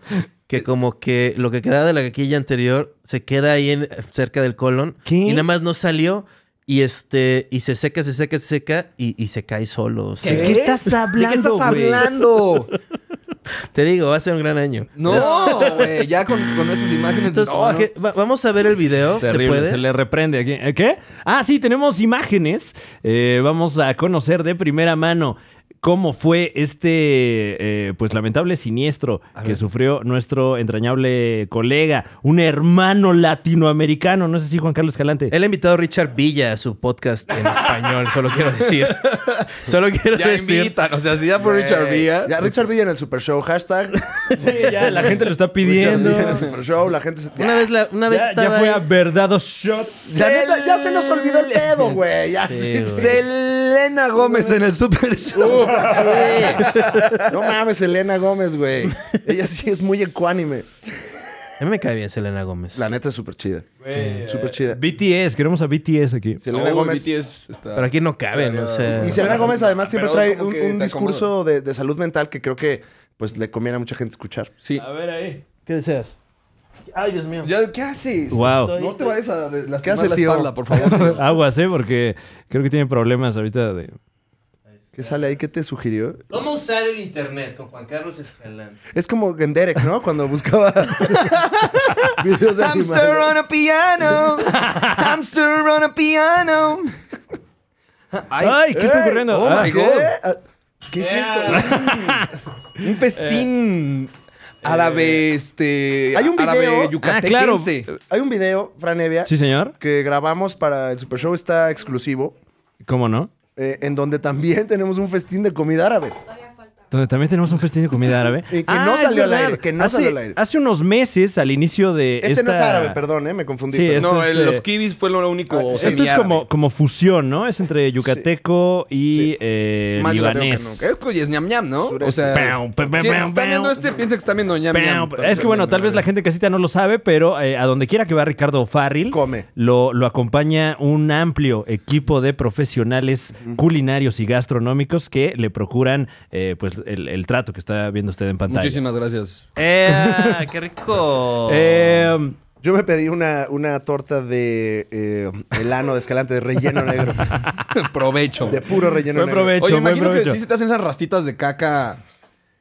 S2: que como que lo que quedaba de la caquilla anterior se queda ahí en- cerca del colon
S1: ¿Qué?
S2: y nada más no salió y este y se seca, se seca, se seca y, y se cae solo. o sea.
S1: ¿De qué estás hablando?
S4: ¿De qué estás
S1: güey?
S4: hablando?
S2: Te digo, va a ser un gran año.
S4: No, güey. Ya con, con esas imágenes.
S2: Entonces,
S4: no, no.
S2: ¿qué? Va- vamos a ver el video,
S1: Terrible,
S2: ¿se puede?
S1: se le reprende aquí. ¿Eh, ¿Qué? Ah, sí, tenemos imágenes. Eh, vamos a conocer de primera mano cómo fue este, eh, pues, lamentable siniestro que sufrió nuestro entrañable colega, un hermano latinoamericano, no sé si Juan Carlos Escalante.
S2: Él ha invitado a Richard Villa a su podcast en español, solo quiero decir. Solo quiero
S4: Ya
S2: decir.
S4: invitan. O sea, si ya por Richard
S3: güey.
S4: Villa.
S3: Ya Richard Villa en el Super Show. Hashtag
S1: Sí, ya, la gente lo está
S3: Richard
S1: pidiendo.
S3: Villa en el Super Show. La gente se...
S2: Una vez, la, una vez
S1: Ya, ya
S2: estaba
S1: fue
S2: ahí-
S1: a verdado shot.
S3: Ya, neta, ya se nos olvidó el pedo, güey. Ya,
S2: Sí,
S3: sí,
S2: güey.
S4: Selena Gómez en el Super Show.
S3: sí. No mames, Elena Gómez, güey. Ella sí es muy ecuánime.
S2: A mí me cae bien Selena Gómez.
S3: La neta es súper chida. Súper chida.
S1: BTS, queremos a BTS aquí.
S3: Selena
S4: Uy,
S3: Gómez.
S4: BTS está-
S2: Pero aquí no caben, o sea.
S3: Y Selena Gómez además siempre
S4: Pero
S3: trae
S4: como
S3: un,
S4: que
S3: un
S4: te
S3: discurso de, de salud mental que creo que pues le conviene a mucha gente escuchar.
S4: Sí.
S1: ver ahí.
S2: ¿Qué deseas? Ay, Dios mío.
S4: Ya, ¿Qué haces?
S1: Wow.
S4: No te vayas a de- lastimar
S3: ¿Qué hace,
S4: la
S3: tío?
S4: espalda, por favor.
S1: Aguas, ¿eh? Porque creo que tiene problemas ahorita de...
S3: ¿Qué sale ahí? ¿Qué te sugirió?
S2: ¿Cómo usar el internet con Juan Carlos Escalante?
S3: Es como en Derek, ¿no? Cuando buscaba videos de
S4: Hamster
S3: animales.
S4: on a piano. Hamster on a piano.
S1: ¡Ay!
S4: Eh.
S1: ¿Qué está ocurriendo?
S3: Oh
S1: Ah,
S3: my God. Ah, ¿Qué es esto?
S4: Un festín árabe, este.
S3: Hay un
S4: Árabe
S3: video.
S1: ah,
S4: yucatecense.
S1: claro.
S3: Hay un video, Franevia,
S1: Sí, señor.
S3: que grabamos para el Super Show, está exclusivo,
S1: ¿Cómo no?
S3: eh, en donde también tenemos un festín de comida árabe.
S1: Donde también tenemos un festín de comida árabe.
S3: Y que no
S1: es
S3: salió al
S1: verdad.
S3: aire, que no
S1: hace,
S3: salió al aire.
S1: Hace unos meses, al inicio de
S3: Este no es
S1: esta-
S3: árabe, perdón, eh, me confundí.
S1: Sí,
S3: pero-
S1: es-
S4: No,
S1: Esto
S4: el-
S1: eh,
S4: los kibis fue lo único.
S1: Esto es
S4: semiárabe.
S1: como, como fusión, ¿no? Es entre yucateco y eh,
S4: Más
S1: libanés.
S4: yucateco que no. Creo que es ñam ñam, ¿no? O sea,
S1: Pam, pam, pam,
S4: si
S1: pam,
S4: están viendo
S1: pam.
S4: este, piensa que están viendo ñam
S1: Pero,
S4: ñam.
S1: es que bueno, tal vez la gente en casita no lo sabe, pero eh, a donde quiera que va Ricardo Farril,
S3: Come.
S1: Lo, lo acompaña un amplio equipo de profesionales culinarios y gastronómicos que le procuran eh, pues el, el trato que está viendo usted en pantalla.
S4: Muchísimas gracias.
S2: ¡Eh! ¡Qué rico!
S1: Eh,
S3: Yo me pedí una, una torta de eh, el ano de escalante de relleno negro.
S4: Provecho.
S3: De puro relleno
S1: Buen
S3: negro.
S1: provecho,
S4: Oye,
S1: buen
S4: imagino que
S1: provecho.
S4: sí se te hacen esas rastitas de caca.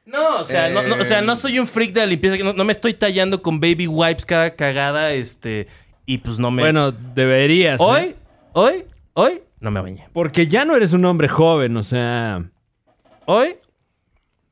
S2: No, o sea, no, no, o sea,
S4: Eh.
S2: no soy un freak de la limpieza. que No, no me estoy tallando con baby wipes cada cagada, este. Y pues no me.
S1: Bueno, deberías. ¿eh?
S2: hoy, hoy, hoy, no me bañé.
S1: Porque ya no eres un hombre joven, o sea.
S2: Hoy,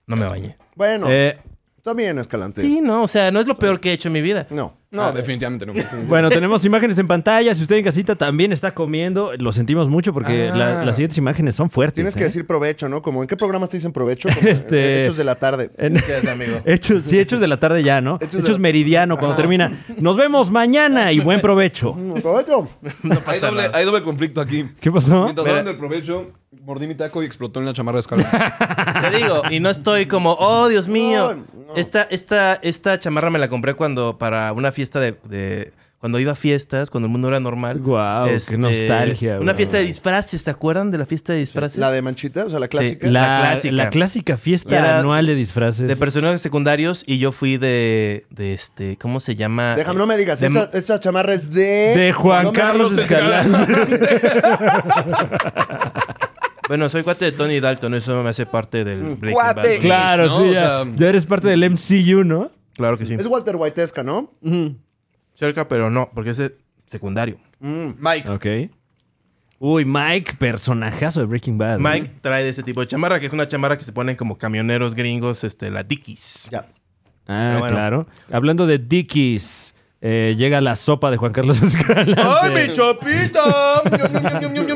S2: no me bañé.
S3: Bueno,
S1: eh,
S3: También, Escalante.
S2: Sí, no, o sea, no es lo peor que he hecho en mi vida.
S3: No.
S4: No, definitivamente Ah, no.
S1: Bueno, tenemos imágenes en pantalla. Si usted en casita también está comiendo, lo sentimos mucho porque
S3: Ah.
S1: la- las siguientes imágenes son fuertes.
S3: Tienes que
S1: ¿eh?
S3: decir provecho, ¿no? Como en qué programas te dicen provecho? Como,
S1: Este-
S3: eh, Hechos de la tarde.
S1: En- Hechos, sí, hechos de la tarde ya, ¿no? Hechos,
S3: Hechos de la-
S1: meridiano cuando termina. Nos vemos mañana y buen provecho.
S3: Mm, Provecho.
S4: hay, doble, hay doble conflicto aquí.
S1: ¿Qué pasó?
S4: Mientras hablan del provecho, mordí mi taco y explotó en la chamarra de escala.
S2: Te digo, y no estoy como, oh, Dios mío. Esta, esta, esta chamarra me la compré cuando, para una fiesta de... de- cuando iba a fiestas, cuando el mundo era normal. Este,
S1: Guau, qué nostalgia,
S2: Una
S1: güey.
S2: fiesta de disfraces, ¿se acuerdan de la fiesta de disfraces?
S3: La de manchita, o sea, la clásica.
S1: La, la
S2: La
S1: clásica.
S2: clásica.
S1: fiesta
S2: Era
S1: anual de disfraces.
S2: De personajes secundarios y yo fui de, de este, ¿cómo se llama?
S3: Déjame, no me digas.
S2: De-
S3: Esta, esta chamarra es de.
S1: de Juan
S3: No me-
S1: Carlos Escalante.
S2: Bueno, soy cuate de Tony Dalton, eso me hace parte del
S3: Mm,
S2: Breaking
S4: cuate.
S2: Bad.
S4: Claro.
S1: Claro,
S4: ¿no?
S1: sí,
S4: O
S1: ya,
S4: sea-
S1: ya eres parte del MCU, ¿no?
S2: Claro que sí.
S3: Es Walter Whitesca, ¿no?
S4: Mm.
S2: Cerca, pero no, porque es secundario.
S4: Mike.
S1: Ok. Uy, Mike, personajazo de Breaking Bad. ¿eh? ¿no?
S2: Mike trae de ese tipo de chamarra, que es una chamarra que se ponen como camioneros gringos, este, la Dickies.
S3: Ya.
S1: Ah,
S2: Pero bueno.
S1: claro. Hablando de Dickies, eh, llega la sopa de Juan Carlos Escalante.
S4: ¡Oh! chopita!
S3: ¿Hay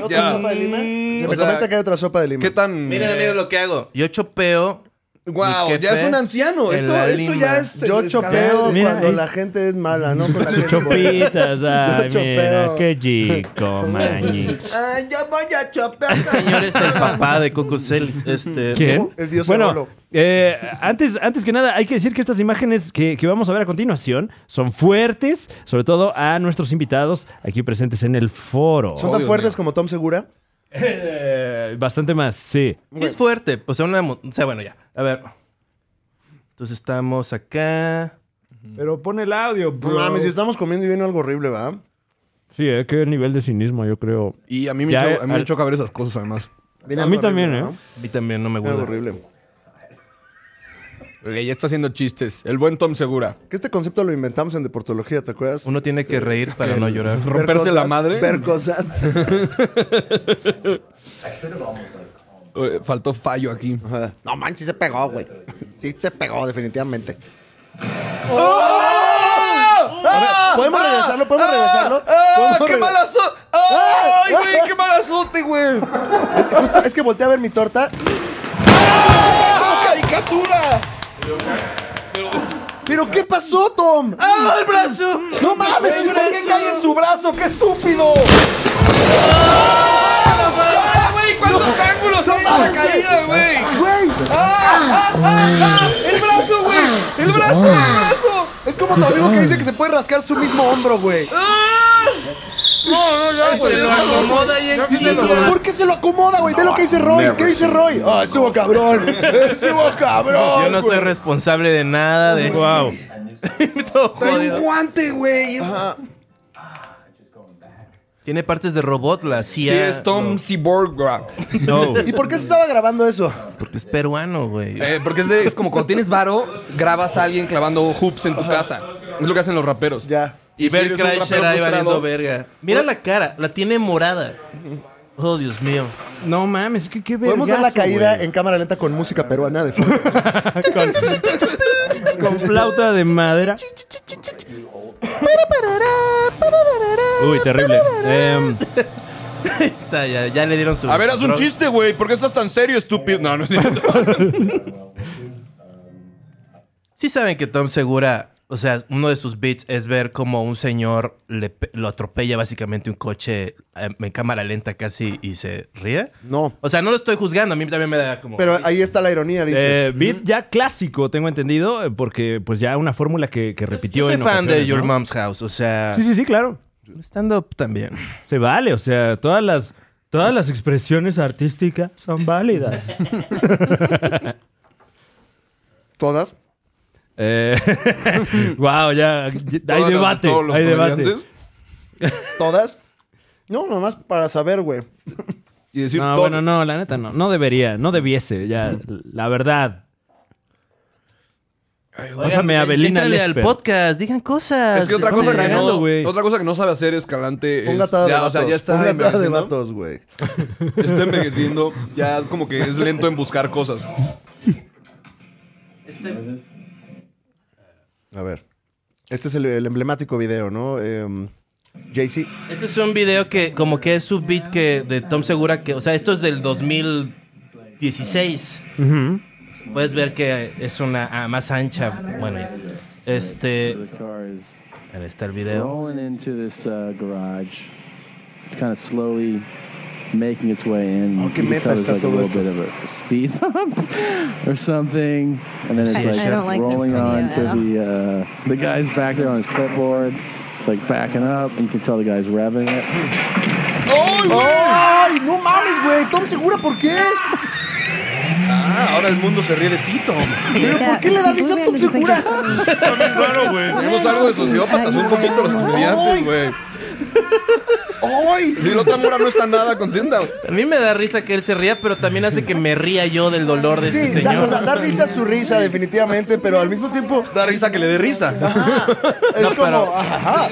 S3: otra
S4: Ya.
S3: sopa de lima? Se
S4: O
S3: me
S4: sea,
S3: comenta que hay otra sopa de lima.
S4: ¿Qué tan...?
S2: Miren, miren lo que hago. Eh, Yo chopeo.
S4: Wow,
S2: mi
S4: ya
S2: quepe
S4: es un anciano.
S2: en
S4: Esto,
S2: la
S4: esto ya
S2: lima.
S4: es...
S3: Yo
S4: es- es-
S3: chopeo
S1: Mira,
S3: cuando
S1: ahí-
S3: la gente es mala, ¿no? Con la
S1: Sus
S3: gente buena.
S1: chopitas, ay,
S3: Yo
S1: mira,
S3: chopeo.
S1: qué chico, mañi.
S4: Ay, Ah, yo voy a chopear.
S2: Señor es el papá de Coco Celis. Este,
S1: ¿Quién?
S3: El dios
S1: bueno,
S3: Apolo.
S1: eh, antes, antes que nada, hay que decir que estas imágenes que, que vamos a ver a continuación son fuertes, sobre todo a nuestros invitados aquí presentes en el foro.
S3: ¿Son
S4: Obvio,
S3: tan fuertes
S4: amigo.
S3: como Tom Segura?
S1: Eh, bastante más, sí.
S2: Sí es fuerte. O sea, una, mo- o sea, bueno, ya. A ver. Entonces estamos acá.
S1: Pero pon el audio,
S3: Mm. No mames, si estamos comiendo y viene algo horrible, ¿va?
S1: Sí, eh, qué nivel de cinismo, yo creo.
S4: Y a mí, me,
S1: Ya,
S4: cho- a mí me
S1: al-
S4: choca ver esas cosas, además.
S1: a mí también, ¿eh?
S2: A mí también no me
S3: Algo
S2: gusta.
S3: horrible.
S4: Ella está haciendo chistes. El buen Tom Segura.
S3: Que este concepto lo inventamos en deportología, ¿te acuerdas?
S2: Uno tiene que reír para no llorar.
S3: Ver
S4: romperse la
S3: cosas,
S4: madre.
S3: Ver cosas.
S4: Eh, Faltó fallo aquí.
S3: no manches, se pegó, güey. Sí, se pegó, definitivamente.
S4: ¡Oh!
S3: A ver, ¿podemos regresarlo? ¿Podemos regresarlo?
S4: ¡Ah!
S3: ¿Podemos
S4: ¡Qué
S3: reg-
S4: mal azote! ¡Ay, güey! ¡Qué mal azote, güey!
S3: Justo es que volteé a ver mi torta.
S4: ¡Ah, ¡Caricatura!
S3: ¿Pero qué pasó, Tom?
S4: ¡Ah, el brazo!
S3: ¡No mames!
S4: Güey, ¿Por
S3: chico,
S4: qué cae en su brazo? ¡Qué estúpido! ¡Ah, güey! ¿Cuántos ángulos hay en esa caída, güey?
S3: ¡Güey!
S4: ¡Ah, ah, ah, ah! el brazo, güey! ¡El brazo, el brazo!
S3: Es como tu amigo que dice que se puede rascar su mismo hombro, güey.
S4: ¡Ah! No, no, no, güey.
S2: acomoda y
S3: ¿Por qué se lo acomoda, güey? Ve lo que dice Roy. ¿Qué dice Roy? ¡Ah, estuvo cabrón! ¡Estuvo cabrón!
S2: Yo no soy responsable de nada de Wow. Todo
S4: Trae
S2: jodido.
S4: un guante, güey. Es-
S2: Tiene partes de robot, la
S4: Sí,
S2: CIA.
S4: es Tom Seaborg.
S2: No,
S3: ¿Y por qué se estaba grabando eso?
S2: porque es peruano, güey.
S4: Eh, porque es, de- es como cuando tienes varo, grabas a alguien clavando hoops en tu casa. Es lo que hacen los raperos.
S3: Ya.
S2: Y
S4: Sirius
S2: ver
S4: es un
S2: Crasher
S4: rapero
S2: ahí valiendo
S4: frustrado.
S2: verga. Mira la cara, la tiene morada. Oh, Dios mío.
S1: No mames, qué, qué
S3: Podemos ver la
S1: vergazo,
S3: caída
S1: güey.
S3: en cámara lenta con música peruana de fondo.
S1: Con flauta de madera. Uy, terrible. Em,
S2: Está, ya, ya le dieron su.
S4: A ver,
S2: su
S4: haz un
S2: droga.
S4: chiste, güey. ¿Por qué estás tan serio, estúpido? No, no es cierto.
S2: Sí saben que Tom Segura, o sea, uno de sus beats es ver como un señor le pe- lo atropella básicamente un coche em, en cámara lenta casi y se ríe.
S3: No.
S2: O sea, no lo estoy juzgando, a mí también me da como...
S3: Pero ahí está la ironía, dices.
S1: eh, beat ya clásico, tengo entendido, eh, porque pues ya una fórmula que, que repitió
S2: yo soy
S1: en
S2: fan de
S1: ocasiones,
S2: Your
S1: ¿no?
S2: Mom's House, o sea,
S1: Sí, sí, sí, claro.
S2: stand-up también.
S1: Se vale, o sea, todas las, todas las expresiones artísticas son válidas.
S3: Todas.
S1: wow, Eh, ya, ya- hay
S4: Todos los-
S1: debate,
S4: todos los
S1: hay debate.
S4: comediantes.
S3: ¿Todas? No, nomás para saber, güey.
S4: Y decir
S1: No,
S4: todo.
S1: bueno, no, la neta no, no debería, no debiese, ya, la verdad. Pásame a Belina
S2: Entrale al
S1: Lesper.
S2: podcast, digan cosas.
S4: Es que otra
S2: estamos
S4: cosa que,
S1: cagando,
S4: no,
S1: güey.
S4: otra cosa que no sabe hacer Escalante es...
S3: Ponga atada de
S4: ya, o
S3: vatos.
S4: sea, ya está
S3: Ponga atada de
S4: envejeciendo.
S3: vatos, güey.
S4: Está envejeciendo. Ya como que es lento en buscar cosas.
S2: Este,
S3: A ver. Este es el, el emblemático video, ¿no? Eh, Jay-Z.
S2: Este es un video que como que es su beat que de Tom Segura que, o sea, esto es del 2016. Puedes ver que es una ah, más ancha. Bueno, ya. este
S6: The car is
S2: ahí está el video.
S6: rolling into this uh, garage. It's kind of slowly making its way in.
S3: Oh, qué
S6: You can
S3: meta
S6: tell
S3: está
S6: there's like a
S3: todo
S6: little
S3: esto.
S6: bit of a speed bump or something, and then it's
S7: I-
S6: like,
S7: I don't like this
S6: rolling
S7: video
S6: on
S7: at
S6: to
S7: all.
S6: the uh, the guy's back there on his clipboard. It's like backing up, and you can tell the guy's revving it.
S3: ¡Ay! ¡No mames, güey! ¿Tom Segura por qué?
S4: Ah, ahora el mundo se ríe de Tito.
S3: ¿Pero por qué le da risa a Tom Segura?
S4: Tenemos algo de sociópatas, un poquito los comediantes, güey.
S3: ¡Ay!
S4: Y la otra mora no está nada contenta.
S2: A mí me da risa que él se ría, pero también hace que me ría yo del dolor de este
S3: Sí,
S2: señor.
S3: da, o sea, da risa su risa, definitivamente, pero al mismo tiempo
S4: Da risa que le dé risa.
S3: es como. ajá.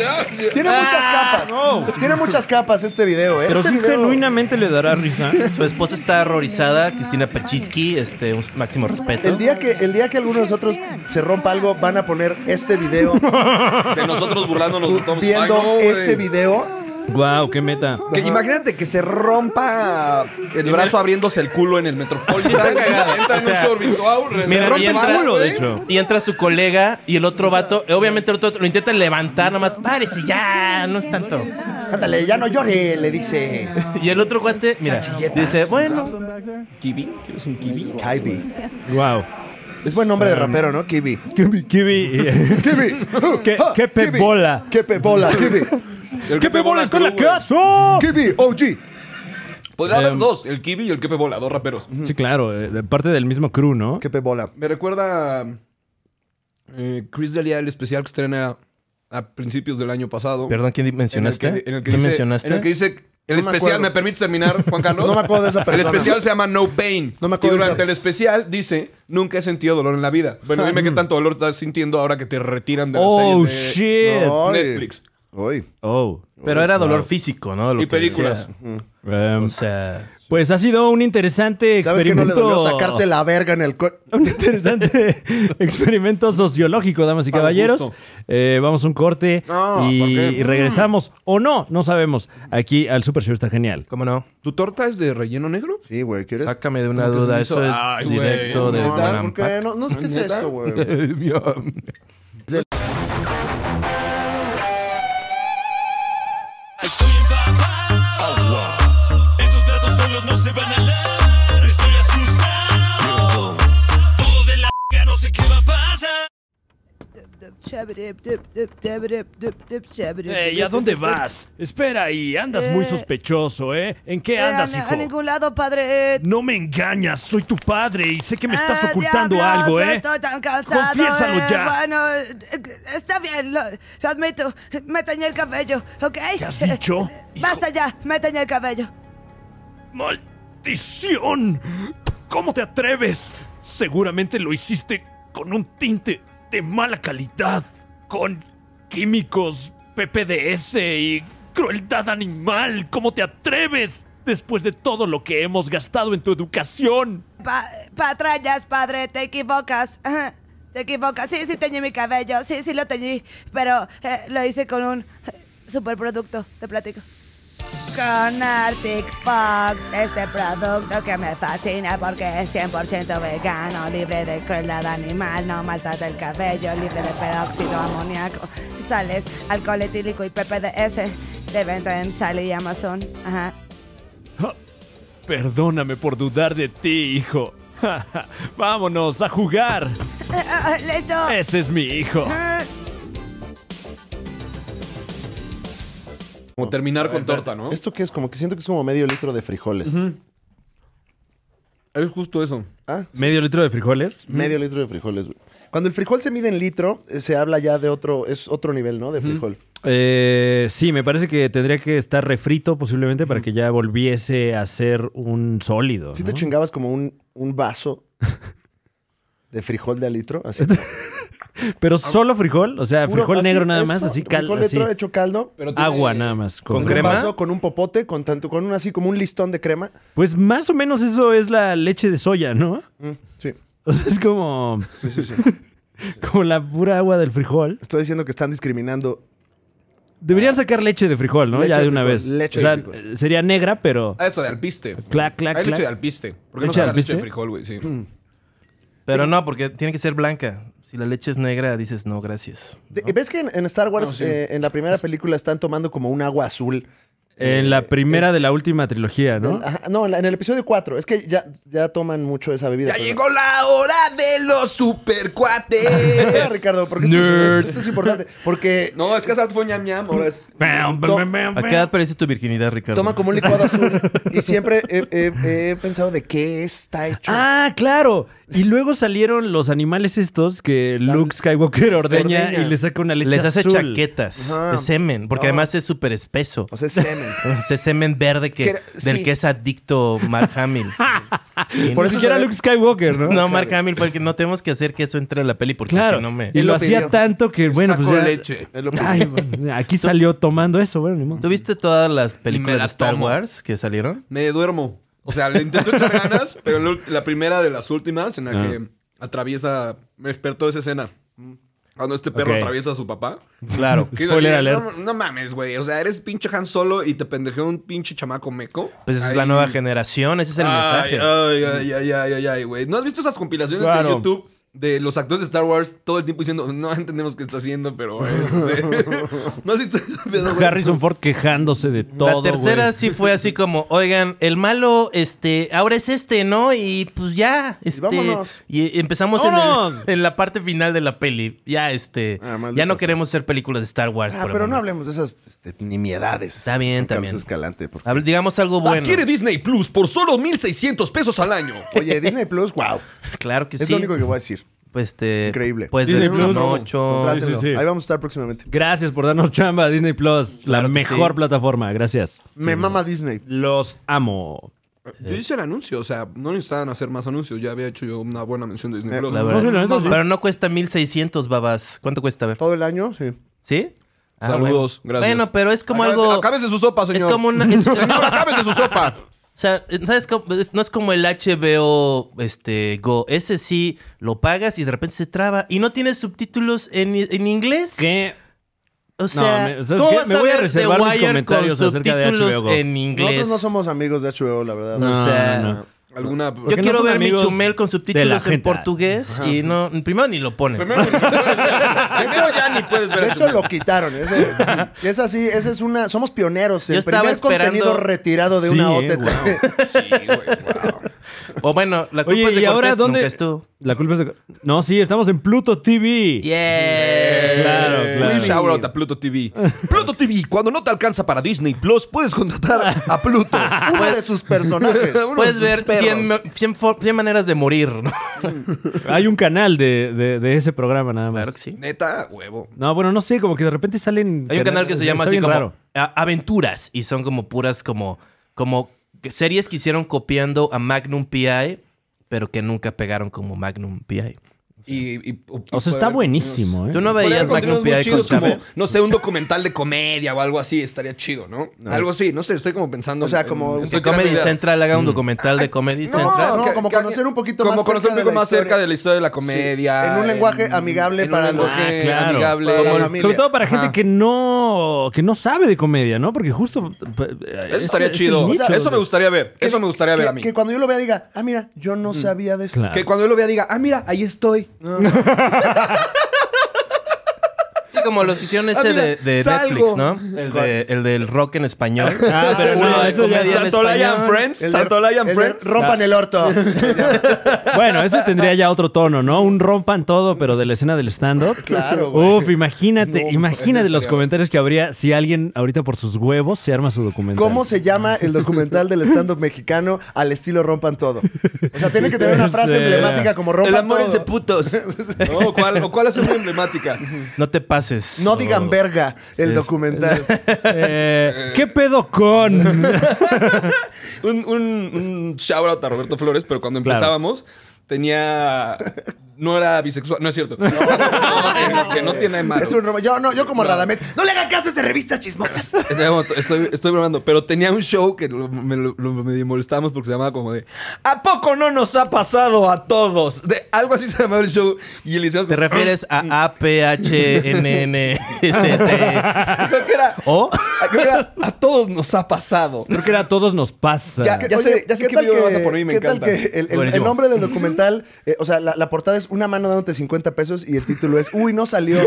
S3: Tiene muchas capas. Tiene muchas capas este video, ¿eh?
S1: Pero
S3: este
S1: sí
S3: video.
S1: genuinamente le dará risa.
S2: Su esposa está horrorizada, Cristina Pachisky, este un máximo respeto.
S3: El día, que, el día que alguno de nosotros se rompa algo, van a poner este video
S4: De nosotros burlándonos de Tom
S3: viendo
S4: Ay, no, güey.
S3: ese video.
S1: Guau, qué meta.
S4: Que imagínate que se rompa el brazo abriéndose el culo en el Metropolitan. Entra en un show virtual.
S2: Mira,
S4: se rompe
S2: y
S4: el
S2: entra-
S4: culo,
S1: de hecho.
S3: ¿eh?
S2: Y entra su colega y el otro vato, obviamente el otro lo intenta levantar, nomás, párese ya, no es tanto.
S3: Ándale, ya no llore, le dice
S2: Y el otro guante, mira, dice, bueno,
S4: ¿Kibi? ¿Quieres un kibi?
S3: Kibi.
S1: Guau.
S3: Es buen nombre de rapero, ¿no? Kibi.
S1: Kibi, Kibi.
S3: Kibi.
S1: ¿Qué-
S3: Ah,
S1: qué
S3: Kibi.
S1: pebola?
S3: Qué pebola, Kibi.
S4: El
S1: ¿Qué me bolas con la
S4: cruz, güey.
S1: caso?
S3: Kibi, OG.
S4: Podría
S1: Em.
S4: haber dos, el kibi y el quepe bola, dos raperos.
S1: Sí, claro, eh, de parte del mismo crew, ¿no?
S3: Qué pebola.
S4: Me recuerda eh, Chris Delia, el especial que estrena a principios del año pasado.
S2: perdón, ¿quién mencionaste?
S4: En el que, en el que
S2: ¿Quién
S4: dice,
S2: mencionaste?
S4: En el que dice. El
S3: No me
S4: especial,
S3: acuerdo.
S4: me, permites terminar, Juan Carlos?
S3: No me acuerdo de esa persona.
S4: El especial se llama No Pain.
S3: No me acuerdo
S4: Y durante
S3: de esa-
S4: el especial dice: Nunca he sentido dolor en la vida. Bueno, dime qué tanto dolor estás sintiendo ahora que te retiran de las
S1: Oh,
S4: series de
S1: shit.
S3: No,
S4: Netflix.
S3: Uy.
S1: Oh.
S2: Pero era dolor físico, ¿no? Lo
S4: Y
S2: que decía.
S4: películas.
S1: Em,
S2: O sea,
S1: pues ha sido un interesante
S3: ¿Sabes que
S1: experimento.
S3: no le dolió sacarse la verga en el co...
S1: Un interesante experimento sociológico, damas y
S4: Para
S1: caballeros.
S4: gusto.
S1: Eh, vamos a un corte
S3: No,
S1: y,
S3: ¿por qué? Mm.
S1: y regresamos, o no, no sabemos, aquí al Super Show está genial.
S2: ¿cómo no?
S4: ¿Tu torta es de relleno negro?
S3: Sí, güey, ¿quieres?
S2: Sácame de una
S4: Como que se
S2: duda,
S4: me
S2: eso
S4: hizo-
S2: es
S4: Ay, güey,
S2: directo de
S3: No, no,
S2: Guanajuato.
S3: porque no, no sé qué es
S4: ¿Neta?
S3: esto, güey.
S8: Estoy empapado. Estos platos solos no se van a lavar. Estoy asustado. Todo de la no sé qué va a pasar.
S1: Eh, ¿y a dónde vas? Espera y andas muy
S9: Eh,
S1: sospechoso, ¿eh? ¿En
S9: Eh,
S1: qué andas,
S9: a,
S1: hijo?
S9: a ningún lado, padre. Eh,
S1: No me engañas, soy tu padre y sé que me estás
S9: ah,
S1: ocultando
S9: diablos,
S1: algo, ¿eh?
S9: Estoy tan cansado.
S1: Confiésalo
S9: eh,
S1: ya.
S9: Bueno, eh, está bien, lo, lo admito. Me teñí el cabello, ¿ok?
S1: ¿Qué has dicho?
S9: Eh, Basta ya, me teñí el cabello.
S1: ¡Maldición! ¿Cómo te atreves? Seguramente lo hiciste con un tinte de mala calidad, con químicos, PPDS y crueldad animal. ¿Cómo te atreves? Después de todo lo que hemos gastado en tu educación.
S9: Pa- patrañas, padre, te equivocas. Ajá, Te equivocas. Sí, sí teñí mi cabello. Sí, sí lo teñí. Pero eh, lo hice con un eh, superproducto. Te platico. Con Arctic Fox, este producto que me fascina porque es 100% vegano, libre de crueldad animal, no maltrata el cabello, libre de peróxido amoníaco, sales, alcohol etílico y PPDS, de venta en Sally y Amazon. Ajá.
S1: Ah, Perdóname por dudar de ti, hijo. Vámonos a jugar.
S9: Ah, ah, ¡Listo!
S1: Ese es mi hijo.
S9: Ah.
S4: Como terminar con torta, ¿no?
S3: ¿Esto qué es? Como que siento que es como medio litro de frijoles.
S4: Es justo eso.
S3: Ah,
S1: ¿Medio litro de frijoles?
S3: medio litro de frijoles, güey. Cuando el frijol se mide en litro, eh, se habla ya de otro, es otro nivel, ¿no? De frijol.
S1: Eh, sí, me parece que tendría que estar refrito posiblemente para que ya volviese a ser un sólido.
S3: Si
S1: ¿no?
S3: te chingabas como un, un vaso de frijol de a litro, así.
S1: Pero solo frijol, o sea,
S3: Ah, Puro,
S1: frijol
S3: así,
S1: negro nada
S3: esto,
S1: más, así cal,
S3: Frijol
S1: así.
S3: litro hecho caldo.
S4: Pero tiene-
S1: Agua nada más.
S2: ¿Con
S3: Con
S1: crema.
S3: crema.
S2: crema?
S3: Un vaso con un popote, con tanto, con un así como un listón de crema.
S1: Pues más o menos eso es la leche de soya, ¿no?
S3: Mm, sí.
S1: O sea, es como. Como la pura agua del frijol.
S3: Estoy diciendo que están discriminando.
S1: Deberían sacar leche de frijol, ¿no?
S3: Ah. Leche
S1: ya de
S3: de
S1: una
S3: frijol,
S1: vez.
S3: leche
S1: o sea,
S3: de frijol.
S1: eh, sería negra, pero.
S4: Ah, eso de alpiste.
S1: Clac, clac,
S4: Hay leche
S1: clac.
S4: de alpiste. ¿Por qué no
S1: ¿Leche de
S4: sacan leche de
S1: alpiste?
S4: frijol, güey? Sí.
S3: Mm.
S2: Pero no, porque tiene que ser blanca. Si la leche es negra, dices no, gracias.
S3: De- ¿Ves que en, en Star Wars, eh, en la primera película, están tomando como un agua azul?
S1: En la primera de la última trilogía, ¿no?
S3: eh, Del- ajá, no, en, la- en el episodio 4. Es que ya, ya toman mucho esa bebida.
S4: ¡Ya
S3: pero-
S4: llegó la hora de los
S3: Espera,
S4: supercuates!
S3: Ricardo, porque esto, es-
S1: Nerd.
S3: esto- esto es importante. Porque
S4: no, es que esa fue ñam ñam, ahora es...
S2: ¿A qué edad perdiste tu virginidad, Ricardo?
S3: toman como un licuado azul. Y siempre he, he- he pensado de qué está hecho.
S1: Ah, claro. Y luego salieron los animales estos que Luke Skywalker ordeña,
S3: ordeña.
S1: y le saca una leche
S2: Les hace
S1: azul.
S2: chaquetas
S3: Ajá.
S2: de semen, porque
S3: No.
S2: además es súper espeso.
S3: O sea, es semen.
S2: Ese semen verde que,
S3: Que-
S2: del
S3: sí.
S2: que es adicto Mark Hamill. Y
S1: Por
S2: no-
S1: eso era Luke Skywalker, ¿no?
S2: No, Mark Hamill fue el que no tenemos que hacer que eso entre a la peli porque
S1: Claro.
S2: si no me...
S1: Y
S3: Él
S1: lo,
S3: lo
S1: hacía
S3: pidió.
S1: tanto que, bueno,
S4: Saco
S1: pues ya-
S4: leche.
S3: Ah,
S1: Ay, bueno, aquí salió tomando eso, bueno, ni modo.
S2: ¿Tuviste todas las películas
S4: la
S2: de Star
S4: tomo.
S2: Wars que salieron?
S4: Me duermo. O sea, le intento echar ganas, pero la ult- la primera de las últimas en la
S1: Ah.
S4: que atraviesa... Me despertó esa escena. Cuando este perro
S1: Ok.
S4: atraviesa a su papá.
S2: Claro.
S4: Que digo,
S1: Spoiler
S4: así,
S1: alert.
S4: No, no mames, güey. O sea, eres pinche Han Solo y te pendejeó un pinche chamaco meco.
S2: Pues esa es la
S4: Ahí-
S2: nueva generación, ese es el
S4: Ay,
S2: mensaje.
S3: ah,
S4: Ay, ay, ay, ay, ay, ay, güey. ¿No has visto esas compilaciones
S1: Claro.
S4: en YouTube de los actores de Star Wars todo el tiempo diciendo, no entendemos qué está haciendo, pero este... no has visto ese pedo, güey?
S1: Harrison Ford quejándose de todo.
S2: la tercera
S1: güey.
S2: sí fue así como, oigan, el malo, este, ahora es este, ¿no? Y pues ya, este,
S3: vámonos.
S2: y empezamos en, el-
S1: ¡Vámonos!
S2: en la parte final de la peli. Ya, este,
S3: Ah, maldita
S2: ya no
S3: sea.
S2: queremos ser películas de Star Wars.
S3: Ah,
S2: por el
S3: pero no
S2: momento.
S3: hablemos de esas este, nimiedades.
S2: Está bien,
S3: Con
S2: está
S3: Carlos
S2: bien.
S3: Escalante. por-
S2: Hable- digamos algo
S3: Ah,
S2: bueno.
S4: Adquiere Disney Plus por solo 1,600 pesos al año.
S3: Oye, Disney Plus, wow.
S2: Claro que
S3: Es
S2: sí.
S3: lo único que voy a decir.
S2: Pues, este,
S3: Increíble.
S2: Pues
S1: Disney
S2: ver
S1: Plus,
S2: una
S1: no.
S2: ocho.
S1: Contrato.
S3: Contrátenlo.
S1: sí, sí.
S3: Ahí vamos a estar próximamente.
S1: Gracias por darnos chamba, Disney Plus.
S2: Claro
S1: la
S2: que
S1: mejor
S2: sí.
S1: plataforma, gracias.
S3: Me mama Disney.
S1: Los amo.
S4: Yo hice el anuncio, o sea, no necesitaban hacer más anuncios. Ya había hecho yo una buena mención de Disney
S3: Eh,
S4: Plus.
S2: La
S4: O
S2: verdad.
S1: sí, la neta, sí.
S2: Pero no cuesta 1600 babas. ¿Cuánto cuesta? A ver.
S3: Todo el año, sí.
S2: ¿sí? Ah,
S4: Saludos,
S2: bueno.
S4: gracias.
S2: Bueno, pero es como
S4: Acá-
S2: algo...
S4: Acábese su sopa, señor.
S2: Es como una... es-
S4: Señor, acábese su sopa.
S2: O sea, ¿sabes cómo? Es- No es como el HBO este, Go. Ese sí lo pagas y de repente se traba. Y no tienes subtítulos en, en inglés.
S1: ¿Qué?
S2: O sea,
S1: me- ¿sabes
S2: ¿cómo
S1: qué?
S2: vas
S1: Me
S2: a
S1: voy a
S2: ver The
S1: reservar mis
S2: Wire
S1: comentarios
S2: con
S1: acerca de
S2: subtítulos
S1: HBO Go?
S2: en inglés?
S3: Nosotros no somos amigos de HBO, la verdad.
S1: No,
S2: O sea,
S1: no, no.
S4: Alguna...
S2: Yo
S1: no
S2: quiero
S1: son
S2: ver mi
S1: amigos
S2: chumel con
S1: de la
S2: subtítulos
S1: gente.
S2: en portugués y no... Primero ni lo ponen.
S4: Primero, primero ya ni puedes ver.
S3: De
S4: a
S3: hecho,
S4: Chumel.
S3: lo quitaron. Ese, y es así, ese es una. Somos pioneros.
S2: Yo
S3: El
S2: estaba
S3: primer
S2: esperando-
S3: contenido retirado de
S1: Sí,
S3: una
S1: eh,
S3: OTT.
S4: Sí, güey, wow.
S2: O bueno, la culpa
S1: Oye,
S2: es de
S1: ¿y ahora
S2: Cortés,
S1: dónde-
S2: nunca es tú.
S1: La culpa es de... No, sí, estamos en Pluto TV.
S2: Yeah.
S1: Claro, claro.
S4: Un shout out a Pluto TV. Pluto TV, cuando no te alcanza para Disney Plus, puedes contratar a Pluto.
S3: Uno de sus personajes.
S2: Puedes ver 100, ma- 100 for- 100 maneras de morir, ¿no?
S1: Hay un canal de, de- de ese programa nada más.
S2: Claro que sí.
S4: Neta, huevo.
S1: No, bueno, no sé, como que de repente salen...
S2: Hay un canal que se llama
S1: Está
S2: así
S1: bien
S2: como
S1: raro.
S2: A- Aventuras y son como puras como como series que hicieron copiando a Magnum PI, pero que nunca pegaron como Magnum PI.
S4: Y, y- o,
S1: O sea, está buenísimo, ¿eh?
S2: Tú no
S4: Podría
S2: veías
S4: haber
S2: Magnum
S4: contenidos muy
S2: PI con
S4: chidos como,
S2: Chávez.
S4: no sé, un documental de comedia o algo así, estaría chido, ¿no? Algo así, no sé, estoy como pensando.
S3: O sea,
S4: en-
S3: como
S4: en- este
S3: que
S4: estoy
S2: Que Comedy
S4: tirando ideas.
S2: Central haga
S1: Mm.
S2: un documental de Comedy Central.
S3: no, como conocer un poquito
S4: como
S3: más
S4: conocer
S3: cerca de
S4: un poco
S3: la
S4: más cerca
S3: historia.
S4: de la historia de la comedia.
S3: Sí, en un lenguaje amigable
S4: en un
S3: para los-
S4: lenguaje
S1: Ah, claro.
S4: amigable.
S3: Para la
S4: Como-
S3: familia.
S1: Sobre todo para gente
S4: Ajá.
S1: que no que no sabe de comedia, ¿no? Porque justo eh,
S4: Eso estaría chido.
S3: nicho,
S4: O sea, eso me gustaría ver.
S3: Que-
S4: Eso me gustaría ver
S3: que-
S4: a mí.
S3: Que cuando yo lo vea diga, ah, mira, yo
S2: Mm.
S3: no sabía de esto.
S1: Claro.
S4: Que cuando yo lo vea diga, ah, mira, ahí estoy.
S2: Sí, como los que hicieron ese
S4: Ah, mira,
S2: de, de
S4: salgo.
S2: Netflix, ¿no? El, de- el del rock en español.
S1: Ah, pero
S2: Una
S1: no, eso ya
S2: comedia en
S4: Santolaya and
S2: español.
S4: Friends.
S3: El de-
S4: Santolaya and
S3: el de
S4: Friends.
S3: Rompan
S2: Ah.
S3: el orto.
S1: Bueno, ese tendría ya otro tono, ¿no? Un rompan todo, pero de la escena del stand-up.
S3: Claro, güey.
S1: Uf, imagínate, imagínate
S4: ese
S1: los
S4: estaría
S1: comentarios que habría si alguien ahorita por sus huevos se arma su documental.
S3: ¿Cómo se llama el documental del stand-up mexicano al estilo Rompan Todo? O sea, tiene que tener una frase
S1: Este,
S3: emblemática como
S4: El
S3: Rompan
S4: amor es de
S3: Todo.
S4: putos. No, ¿cuál, o ¿Cuál es una emblemática?
S2: No te pases.
S3: No digan
S2: ver.
S3: verga el documental.
S1: Oh. Eh, ¿Qué pedo con?
S4: Un, un, un shout out a Roberto Flores, pero cuando
S1: Claro.
S4: empezábamos tenía. no era bisexual. No es cierto. que, que no tiene de malo.
S3: Es un rom- Yo, no, yo como Radamés. ¡No le hagan caso a esas revistas chismosas!
S4: Estoy, Este, estoy, estoy bromando, pero tenía un show que lo, me, lo- lo- medio molestábamos porque se llamaba como de ¿A poco no nos ha pasado a todos? De, algo así se llamaba el show y le hicimos
S2: ¿Te
S4: como,
S2: refieres a A, P, H, N, N, S, T?
S4: "Ah", Creo que era,
S2: ¿O?
S4: creo que era, a todos nos ha pasado.
S1: Creo que era todos nos pasa.
S4: Ya- ya- sé- sé
S3: ¿qué
S4: qué
S3: tal
S4: video vas a poner y me
S3: qué tal
S4: encanta.
S3: que el, el- el
S2: Buenísimo.
S3: nombre del documental, eh, o sea, la, la portada es una mano dándote 50 pesos y el título es Uy, no salió.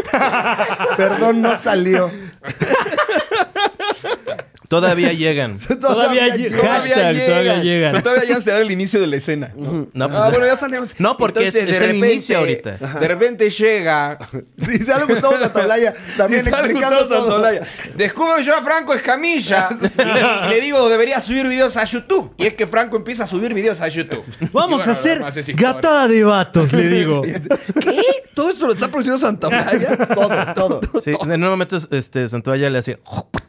S3: Perdón, no salió.
S2: Todavía llegan.
S1: Todavía lle-
S3: llega.
S1: Hashtag, todavía llegan.
S4: Pero todavía llegan será el inicio de la escena. ¿no?
S2: No, pues,
S4: ah, bueno, ya salimos.
S2: No, porque es- es el inicio ahorita.
S4: De repente llega.
S3: Sí, sale Gustavo Santaolalla también
S4: y sale
S3: explicando
S4: Gustavo
S3: todo.
S4: Santaolalla.
S5: Descubro yo a Franco Escamilla y le, le digo, debería subir videos a YouTube. Y es que Franco empieza a subir videos a YouTube.
S1: Vamos
S5: Y bueno,
S1: a hacer
S5: además es historia.
S1: gatada de vatos, le digo.
S4: ¿Qué? ¿Todo esto lo está produciendo Santa Olaya?
S3: Todo, todo.
S2: Sí, en un momento este, Santoya le hace...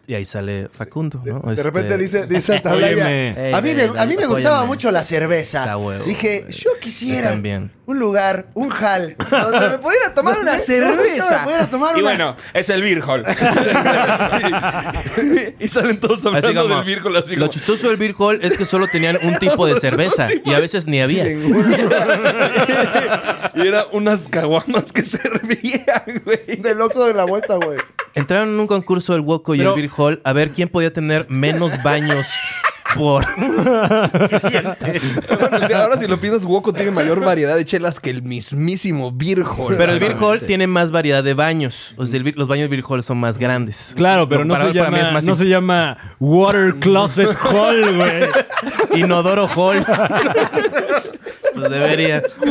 S2: Y ahí sale Facundo, ¿no?
S3: De
S2: Este-
S3: repente dice, dice Santaolalla,
S1: Óyeme.
S3: a mí me, a mí me
S2: Óyeme.
S3: gustaba mucho la cerveza.
S2: Está huevo,
S3: Dije,
S2: güey.
S3: yo quisiera
S2: Yo también.
S3: un lugar, un hall,
S5: Donde me pudiera tomar una cerveza.
S3: Me pudiera tomar
S5: y
S3: una-
S5: bueno, es el Beer Hall.
S4: y salen todos hablando
S2: Así como,
S4: del vírgula así
S2: lo
S4: como,
S2: chistoso del beer hall es que solo tenían un tipo de cerveza y a veces ni había.
S4: Y era unas caguamas que servían, güey.
S3: del otro de la vuelta, güey.
S2: Entraron en un concurso del Woco y
S1: Pero-
S2: el beer hall a ver quién podía tener menos baños por...
S4: Bueno, o sea, ahora si lo piensas, Woco tiene mayor variedad de chelas que el mismísimo Virgo.
S2: Pero el beer hall tiene más variedad de baños. O sea, el beer- los baños del beer hall son más grandes.
S1: Claro, pero no,
S2: Comparado
S1: se,
S2: para mí
S1: llama,
S2: es más
S1: no se llama Water Closet Hall, güey.
S2: Inodoro Hall. pues debería.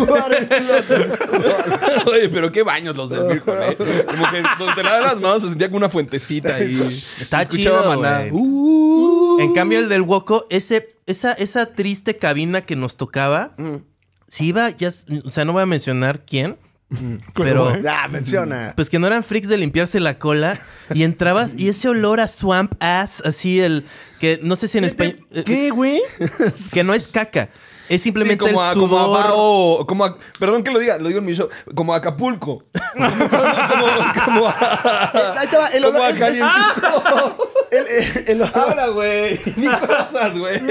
S4: Oye, pero qué baños los del Virgo, ¿eh? Como que donde le daban las manos se sentía como una fuentecita y
S2: Está
S4: escuchaba
S2: chido,
S4: maná.
S2: güey.
S4: Uh,
S2: En cambio, el del Woco, ese, esa, esa triste cabina que nos tocaba,
S4: Mm.
S2: si iba, ya, s- o sea, no voy a mencionar quién, Mm. pero
S3: Ah, menciona.
S2: pues que no eran freaks de limpiarse la cola y entrabas y ese olor a swamp ass, así el que no sé si en español. ¿Qué, güey? Que no es caca, es
S4: sí,
S2: simplemente
S4: como a,
S2: el
S4: como a
S2: sudor.
S4: Bao, como a- perdón que lo diga, lo digo en mi show, como a Acapulco. como, como a,
S3: Ahí te va, el
S4: como
S3: olor
S4: a
S3: es-
S4: Cali-
S2: Ah,
S3: El,
S4: eh,
S3: el- el olor-
S4: Habla, güey. Ni cosas, güey.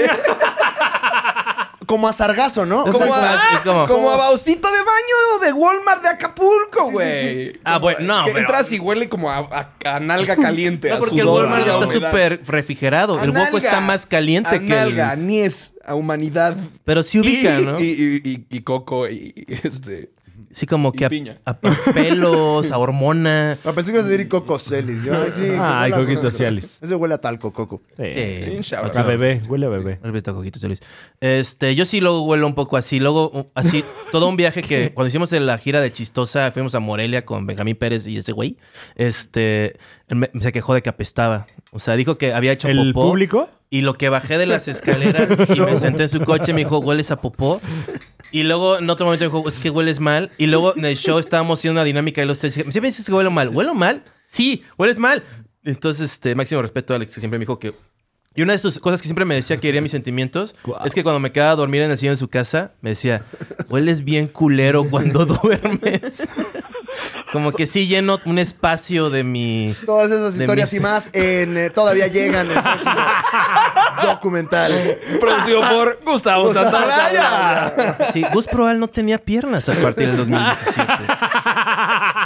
S3: como a sargazo, ¿no? O
S2: Como
S3: sea,
S2: a- es como- "Oh".
S4: como a baucito de baño de Walmart de Acapulco, güey.
S2: Ah, bueno, no,
S4: Que
S2: pero-
S4: Entras y huele como a, a- a nalga caliente.
S2: No,
S4: a
S2: porque el
S4: sudor,
S2: Walmart ya
S4: a
S2: está
S4: humedad.
S2: súper refrigerado.
S4: A
S2: El Woco
S4: nalga,
S2: está más
S4: a
S2: caliente que
S4: nalga,
S2: el.
S4: anies, a humanidad.
S2: Pero sí ubica,
S4: y,
S2: ¿no?
S4: y, y, y- y coco y, y este...
S2: sí, como
S4: y
S2: que a,
S4: piña.
S2: a pelos, a hormona.
S3: Ah, pensé que ibas a decir Coco Celis. Yo, ay, sí,
S1: Ay,
S3: huele a-
S1: Coquito Cialis.
S3: Ese huele a talco, Coco.
S1: Sí.
S2: Sí.
S4: Un shout
S1: Eh, A
S4: out.
S1: bebé, huele a bebé.
S2: Alberto Coquito Solís. Este, yo sí luego huelo un poco así. Luego, u- así, todo un viaje que cuando hicimos en la gira de Chistosa, fuimos a Morelia con Benjamín Pérez y ese güey. Este, él me, se quejó de que apestaba. O sea, dijo que había hecho
S1: ¿El
S2: popó.
S1: público?
S2: Y lo que bajé de las escaleras y me senté en su coche, me dijo, hueles a popó. Y luego en otro momento me dijo, es que hueles mal. Y luego en el show estábamos haciendo una dinámica y los tres dije, siempre dices que huelo mal. ¿Huelo mal? Sí, hueles mal. Entonces, este, máximo respeto a Alex, que siempre me dijo que... Y una de sus cosas que siempre me decía que hería mis sentimientos es que cuando me quedaba a dormir en el sillón de su casa, me decía, hueles bien culero cuando duermes. Como que sí lleno un espacio de mi...
S3: Todas esas
S2: De
S3: historias
S2: mis-
S3: y más en eh, Todavía Llegan, el próximo documental.
S4: Producido por Gustavo Santaolalla.
S2: Sí, Gus Proal no tenía piernas a partir del 2017.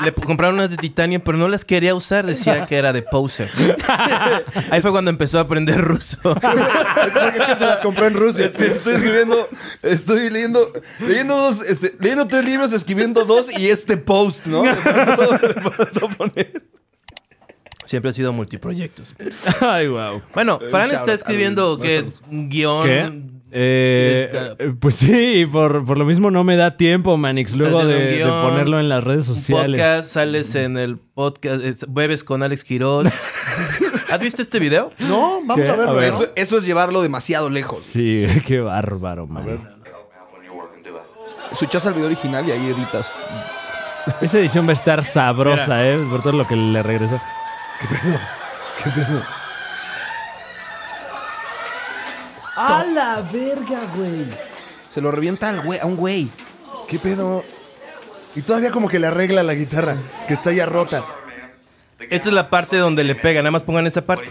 S2: Le p- compraron unas de titanio, pero no las quería usar. Decía que era de poser. Ahí fue cuando empezó a aprender ruso.
S3: Es porque es que se las compró en Rusia.
S4: Sí, Este, estoy escribiendo, estoy leyendo, leyendo dos, este, leyendo tres libros, escribiendo dos y este post, ¿no? Le faltó- le faltó poner.
S2: Siempre ha sido multiproyectos.
S1: Ay, wow.
S2: Bueno, Fran
S4: shout out
S2: está escribiendo
S4: al-
S2: que un guión.
S1: ¿Qué? Eh,
S2: Está-
S1: pues sí, por, por lo mismo no me da tiempo, Manix, luego
S2: haciendo
S1: de,
S2: un
S1: de
S2: guión,
S1: ponerlo en las redes sociales.
S2: Podcast, sales en el podcast, es- bebes con Alex Quiroz. ¿Has visto este video?
S3: No, vamos
S1: ¿Qué?
S3: a verlo.
S1: A ver.
S3: ¿no?
S4: Eso, eso es llevarlo demasiado lejos.
S1: Sí, qué bárbaro, man.
S4: Switchas al video original y ahí editas.
S1: Esa edición va a estar sabrosa, ¿eh? Por todo lo que le regresó.
S4: Se lo revienta al güey, a un güey.
S3: ¿Qué pedo? Y todavía como que le arregla la guitarra, que está ya rota.
S2: Esta es la parte donde le pega, nada más pongan esa parte.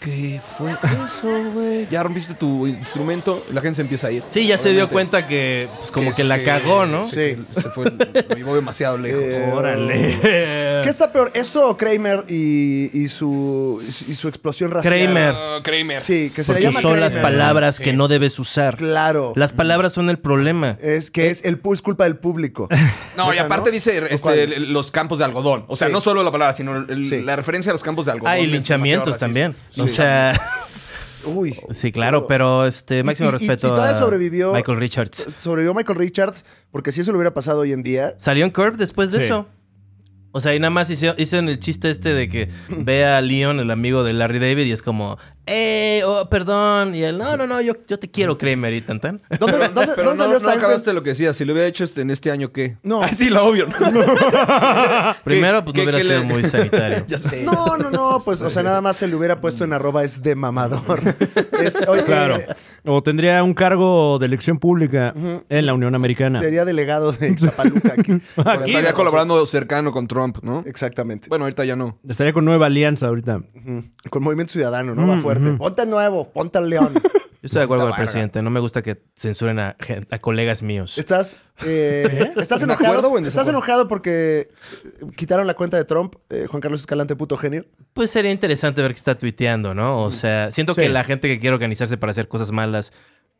S4: ¿Qué fue eso, güey? Ya rompiste tu instrumento, la gente se empieza a ir.
S2: Sí, ya se dio
S4: Obviamente,
S2: cuenta que pues, como
S4: es
S2: que la cagó, ¿no?
S4: se-
S3: Sí.
S4: Se fue, lo llevó demasiado lejos.
S1: Órale.
S2: Eh.
S3: ¿Qué está peor, eso o Kramer y, y su, y su explosión racial?
S2: Kramer.
S5: Ah, Kramer.
S3: Sí, que se le
S2: Porque
S3: llama
S2: son las
S3: Kramer.
S2: palabras que no debes usar.
S3: Claro.
S2: Las palabras son el problema.
S3: Es que es, el, pu- es culpa del público.
S5: No, y
S3: Esa,
S5: aparte dice
S3: ¿O
S5: este,
S3: cuál?
S5: el- los campos de algodón. O sea,
S3: Sí.
S5: no solo la palabra, sino el-
S3: Sí.
S5: la referencia a los campos de algodón.
S2: Ah, y
S5: es
S2: linchamientos
S5: demasiado
S2: también.
S5: racista.
S2: O
S3: Sí.
S2: sea,
S3: Uy.
S2: sí, claro, pero este
S3: Y-
S2: máximo
S3: y- y-
S2: respeto
S3: y todavía
S2: a
S3: sobrevivió-
S2: Michael Richards.
S3: Sobrevivió Michael Richards, porque si eso le hubiera pasado hoy en día.
S2: ¿Salió en Curb después de
S1: Sí.
S2: eso? O sea, y nada más hizo- hicieron el chiste este de que ve a Leon, el amigo de Larry David, y es como, ¡eh! Oh, perdón. Y él, no, no, no, yo, yo te quiero, Kramer y tan tan.
S3: ¿Dónde, dónde- dónde
S4: Pero no,
S3: salió
S4: no acabaste
S3: Seinfeld?
S4: lo que decías. Si lo hubiera hecho este- en este año, ¿qué?
S3: No.
S4: Ah, sí, lo obvio. ¿no?
S2: Primero, pues
S4: qué-
S2: no hubiera
S4: qué
S2: sido
S4: le-
S2: muy sanitario.
S4: ya sé.
S3: No, no, no, pues, o sea, nada más se le hubiera puesto en arroba es de mamador. Es- oye,
S1: Claro. O tendría un cargo de elección pública en la Unión Americana.
S3: Sería delegado de Ixtapaluca aquí.
S4: Porque Estaría colaborando cercano con Trump, ¿no?
S3: Exactamente.
S4: Bueno, ahorita ya no.
S1: Estaría con nueva alianza ahorita.
S3: Ujú. Con Movimiento Ciudadano, ¿no?
S1: Mm,
S3: Va fuerte. Ponte al nuevo, ponte al león.
S2: Yo estoy de acuerdo con el presidente. No me gusta que censuren a, gen- a colegas míos.
S3: ¿Estás, eh, ¿estás
S4: ¿En acuerdo
S3: enojado?
S4: o en
S3: ¿Estás
S4: desacuerdo?
S3: enojado porque eh, quitaron la cuenta de Trump, eh, Juan Carlos Escalante, puto genio?
S2: Pues sería interesante ver qué está tuiteando, ¿no? O sea, siento
S1: Sí.
S2: que la gente que quiere organizarse para hacer cosas malas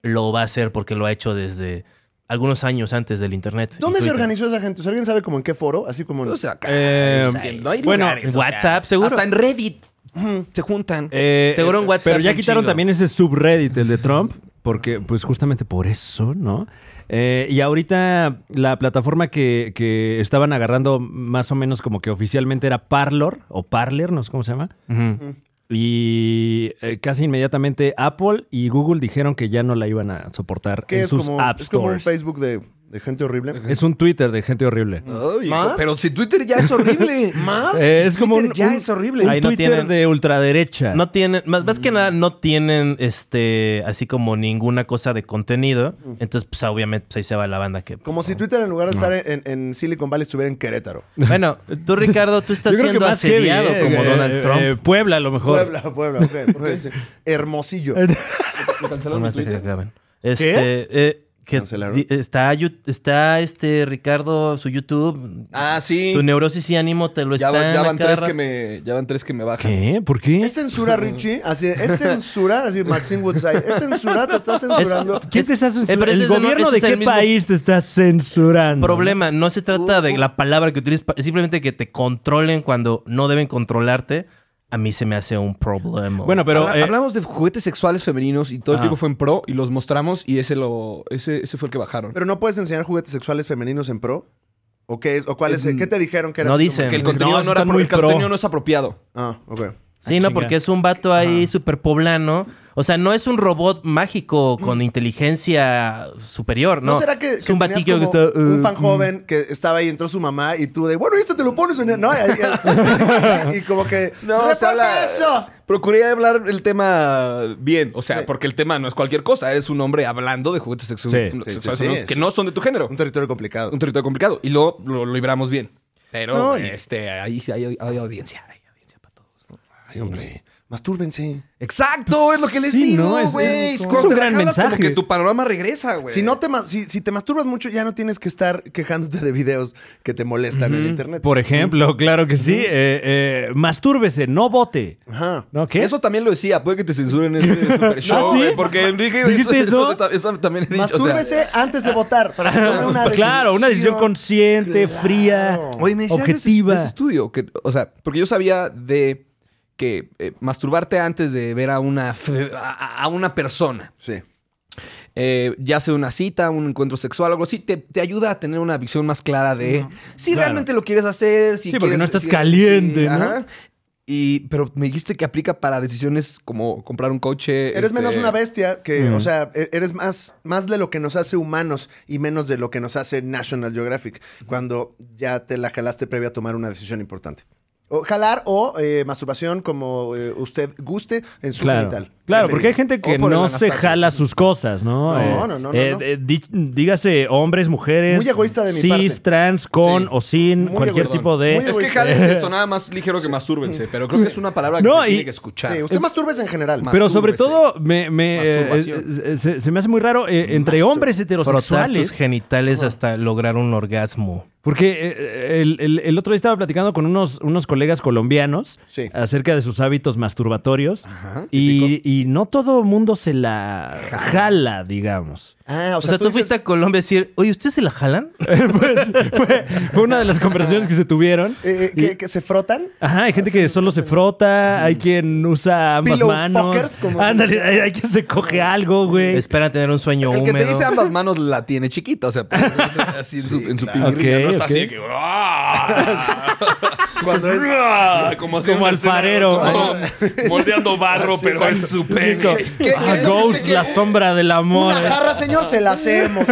S2: lo va a hacer porque lo ha hecho desde algunos años antes del internet. y
S3: ¿Dónde se
S2: Twitter.
S3: organizó esa gente? O sea, ¿Alguien sabe como en qué foro? Así como en-
S5: O sea, acá,
S1: Eh,
S5: entiendo, hay
S1: bueno,
S5: lugares, o sea,
S2: WhatsApp, seguro.
S5: Hasta en Reddit ujú, se juntan.
S1: Eh,
S2: Seguro en
S1: eh,
S2: WhatsApp
S1: Pero ya
S2: un
S1: quitaron
S2: chingo.
S1: también ese subreddit, el de Trump, porque, pues justamente por eso, ¿no? Eh, y ahorita la plataforma que, que estaban agarrando más o menos como que oficialmente era Parlor, o Parler, no sé cómo se llama.
S2: Ujú.
S1: Y eh, casi inmediatamente Apple y Google dijeron que ya no la iban a soportar
S3: ¿qué
S1: en
S3: es
S1: sus
S3: como,
S1: app
S3: es como un
S1: stores. Es,
S3: Facebook de, de gente horrible.
S1: un Twitter de gente horrible.
S4: Ay, hijo,
S3: ¿Más?
S4: Pero si Twitter ya es horrible.
S3: Ah,
S4: ¿Más?
S1: Eh, es como un,
S5: ya
S1: un-
S5: es horrible.
S1: un
S2: Ahí no
S1: Twitter
S2: tienen-
S1: de ultraderecha.
S2: No tienen, más, más
S1: Mm.
S2: que nada, no tienen este, así como ninguna cosa de contenido.
S1: Mm.
S2: Entonces, pues obviamente, pues, ahí se va la banda que.
S3: Como si Twitter en lugar de estar en, en Silicon Valley estuviera en Querétaro.
S2: Bueno, tú, Ricardo, tú estás
S1: Yo creo que
S2: siendo
S1: más heavy,
S2: asediado
S1: eh,
S2: como
S1: eh,
S2: Donald Trump.
S1: eh, Puebla, a lo mejor.
S3: Puebla, Puebla, ok. ok, sí. Hermosillo.
S4: Me cancelaron mi
S2: Nomás deja que
S4: Twitter.
S2: acaben. Este, eh, que
S3: Cancelaron.
S2: di- está, Yu- está este Ricardo, su YouTube.
S5: Ah, sí.
S2: Tu neurosis y ánimo te lo
S4: Ya,
S2: están.
S4: va- ya van
S2: a cada
S4: tres
S2: rato.
S4: que me, ya van tres que me bajan.
S1: ¿Qué? ¿Por qué?
S3: ¿Es censura, Richie? Así, ¿Es censura? Así, Maxine Woodside. ¿Es censura? ¿Te estás censurando?
S1: ¿Quién te está
S2: Eh,
S1: censurando?
S2: pero ese
S1: ¿El
S2: es de-
S1: gobierno
S2: ese
S1: de
S2: es el
S1: qué
S2: mismo
S1: país te está censurando?
S2: Problema, no se trata de la palabra que utilices, pa- simplemente que te controlen cuando no deben controlarte. A mí se me hace un problema.
S1: Bueno, pero...
S4: Habla-
S1: eh,
S4: hablamos de juguetes sexuales femeninos y todo el
S1: Ah.
S4: tiempo fue en pro y los mostramos y ese lo ese, ese fue el que bajaron.
S3: ¿Pero no puedes enseñar juguetes sexuales femeninos en pro? ¿O qué es? ¿O cuál es? el- ¿Qué te dijeron que era?
S2: Mm, No
S3: así
S2: dicen.
S4: que el
S1: No,
S4: contenido no,
S1: están
S4: era pro,
S1: muy
S4: el contenido
S1: pro.
S4: no es apropiado.
S3: como- Ah, ok.
S2: sí,
S1: chinga.
S2: no, porque es un vato ahí super poblano. O sea, no es un robot mágico
S1: Mm.
S2: con inteligencia superior, ¿no?
S3: ¿No, será que,
S2: es
S3: que
S2: un
S3: tenías
S2: batillo que
S3: como
S2: está.
S3: un
S2: eh,
S3: fan joven que estaba ahí, entró su mamá y tú de, bueno, y esto te lo pones en el-" No, ahí- ahí- y como que,
S4: No, se
S3: ¡reporta
S4: habla-
S3: eso!
S4: Procuré hablar el tema bien, o sea, porque el tema no es cualquier cosa, eres un hombre hablando de juguetes sexu-
S1: Sí.
S4: sexuales
S3: Sí, sí, sí,
S4: femeninos
S3: es.
S4: que no son de tu género.
S3: Un territorio complicado.
S4: Un territorio complicado y luego lo, lo libramos bien. Pero
S2: No, y-
S4: este ahí sí hay, hay audiencia, hay audiencia para todos. ¿no?
S3: Ay, hombre, mastúrbense.
S4: Exacto, es lo que les
S1: Sí,
S4: digo,
S1: no, es-
S4: güey.
S1: es- es
S4: Cuando
S1: un
S4: te
S1: gran
S4: regalas,
S1: mensaje.
S4: Como que tu panorama regresa, güey.
S3: Si, no te, ma- si, si te masturbas mucho, ya no tienes que estar quejándote de videos que te molestan en internet.
S1: Por ejemplo, claro que sí. eh, eh, mastúrbese, no vote.
S3: Ajá.
S1: ¿No qué? ¿Ah,
S4: Eso también lo decía, puede que te censuren este super show,
S1: ¿sí?
S4: güey, porque Enrique
S1: ¿Dijiste eso?
S4: ta- eso también he dicho, o sea,
S3: Mastúrbese antes de votar para que tome una decisión.
S1: claro, una decisión consciente, fría,
S4: Oye, me decías de ese-
S1: objetiva.
S4: De ese, estudio. Que, o sea, porque yo sabía de que eh, masturbarte antes de ver a una, fe- a, a una persona,
S3: Sí.
S4: eh, ya sea una cita, un encuentro sexual, algo así, te, te ayuda a tener una visión más clara de si
S1: Claro.
S4: realmente lo quieres hacer,
S1: Sí,
S4: si
S1: porque
S4: quieres-
S1: no estás
S4: si-
S1: caliente,
S4: si-
S1: ¿no?
S4: ajá. Y, pero me dijiste que aplica para decisiones como comprar un coche.
S3: Eres
S4: este,
S3: menos una bestia que, o sea, e- eres más, más de lo que nos hace humanos y menos de lo que nos hace National Geographic cuando ya te la jalaste previa a tomar una decisión importante. O jalar o eh, masturbación como eh, usted guste en su
S1: Claro.
S3: genital.
S1: Claro, porque hay
S3: Preferible.
S1: gente que
S4: O por el
S1: no se
S4: Anastasio.
S1: jala sus cosas, ¿no?
S3: No,
S1: Eh,
S3: no, no, no,
S1: eh,
S3: no.
S1: eh, di- dígase hombres, mujeres.
S3: Muy egoísta de mi
S1: cis,
S3: parte.
S1: trans, con
S3: Sí.
S1: o sin,
S3: Muy
S1: cualquier
S3: egoísta.
S1: tipo de.
S3: Muy
S4: Es que
S3: egoísta.
S4: jales eso, nada más ligero que mastúrbense, pero creo que es una palabra que
S1: No,
S4: se
S1: y-
S4: tiene que escuchar.
S3: Sí, usted masturbes en general.
S4: Mas-
S1: Pero sobre
S4: mastúrbese.
S1: todo, me, me, eh,
S4: Masturbación.
S1: eh, se, se me hace muy raro eh, entre
S3: Mastur-
S1: hombres
S2: Frotar tus
S1: heterosexuales.
S2: genitales hasta lograr un orgasmo.
S1: Porque eh, el, el- el otro día estaba platicando con unos, unos colegas colombianos
S3: Sí.
S1: acerca de sus hábitos masturbatorios y, y no todo mundo se la jala, digamos.
S3: ah,
S2: O sea, tú,
S3: dices-
S2: fuiste a Colombia a decir, oye, ¿ustedes se la jalan?
S1: Pues, fue, fue una de las conversaciones que se tuvieron.
S3: eh, eh, que, que se frotan.
S1: Ajá, hay gente que solo se frota, hay quien usa ambas
S3: pues, Pillow
S1: manos.
S3: fuckers, como- Eh,
S1: Ándale, hay, hay quien se coge algo, güey.
S2: Esperan tener un sueño
S4: El que te
S2: húmedo.
S4: dice "Ah, ambas manos la tiene chiquita, o sea, así en su, en su
S1: claro.
S4: pingüirriga,
S1: Ok,
S4: no está
S1: ok.
S4: así de que.
S3: Cuando es.
S4: ¡ah! como hacer
S1: Como
S4: una escena,
S1: alfarero.
S4: como moldeando barro,
S3: Así,
S4: pero en
S3: exacto.
S4: su peco.
S3: ¿Qué-
S1: Ah,
S3: qué-
S1: Ghost,
S3: qué-
S1: la sombra del amor.
S3: Una jarra, señor, se la hacemos.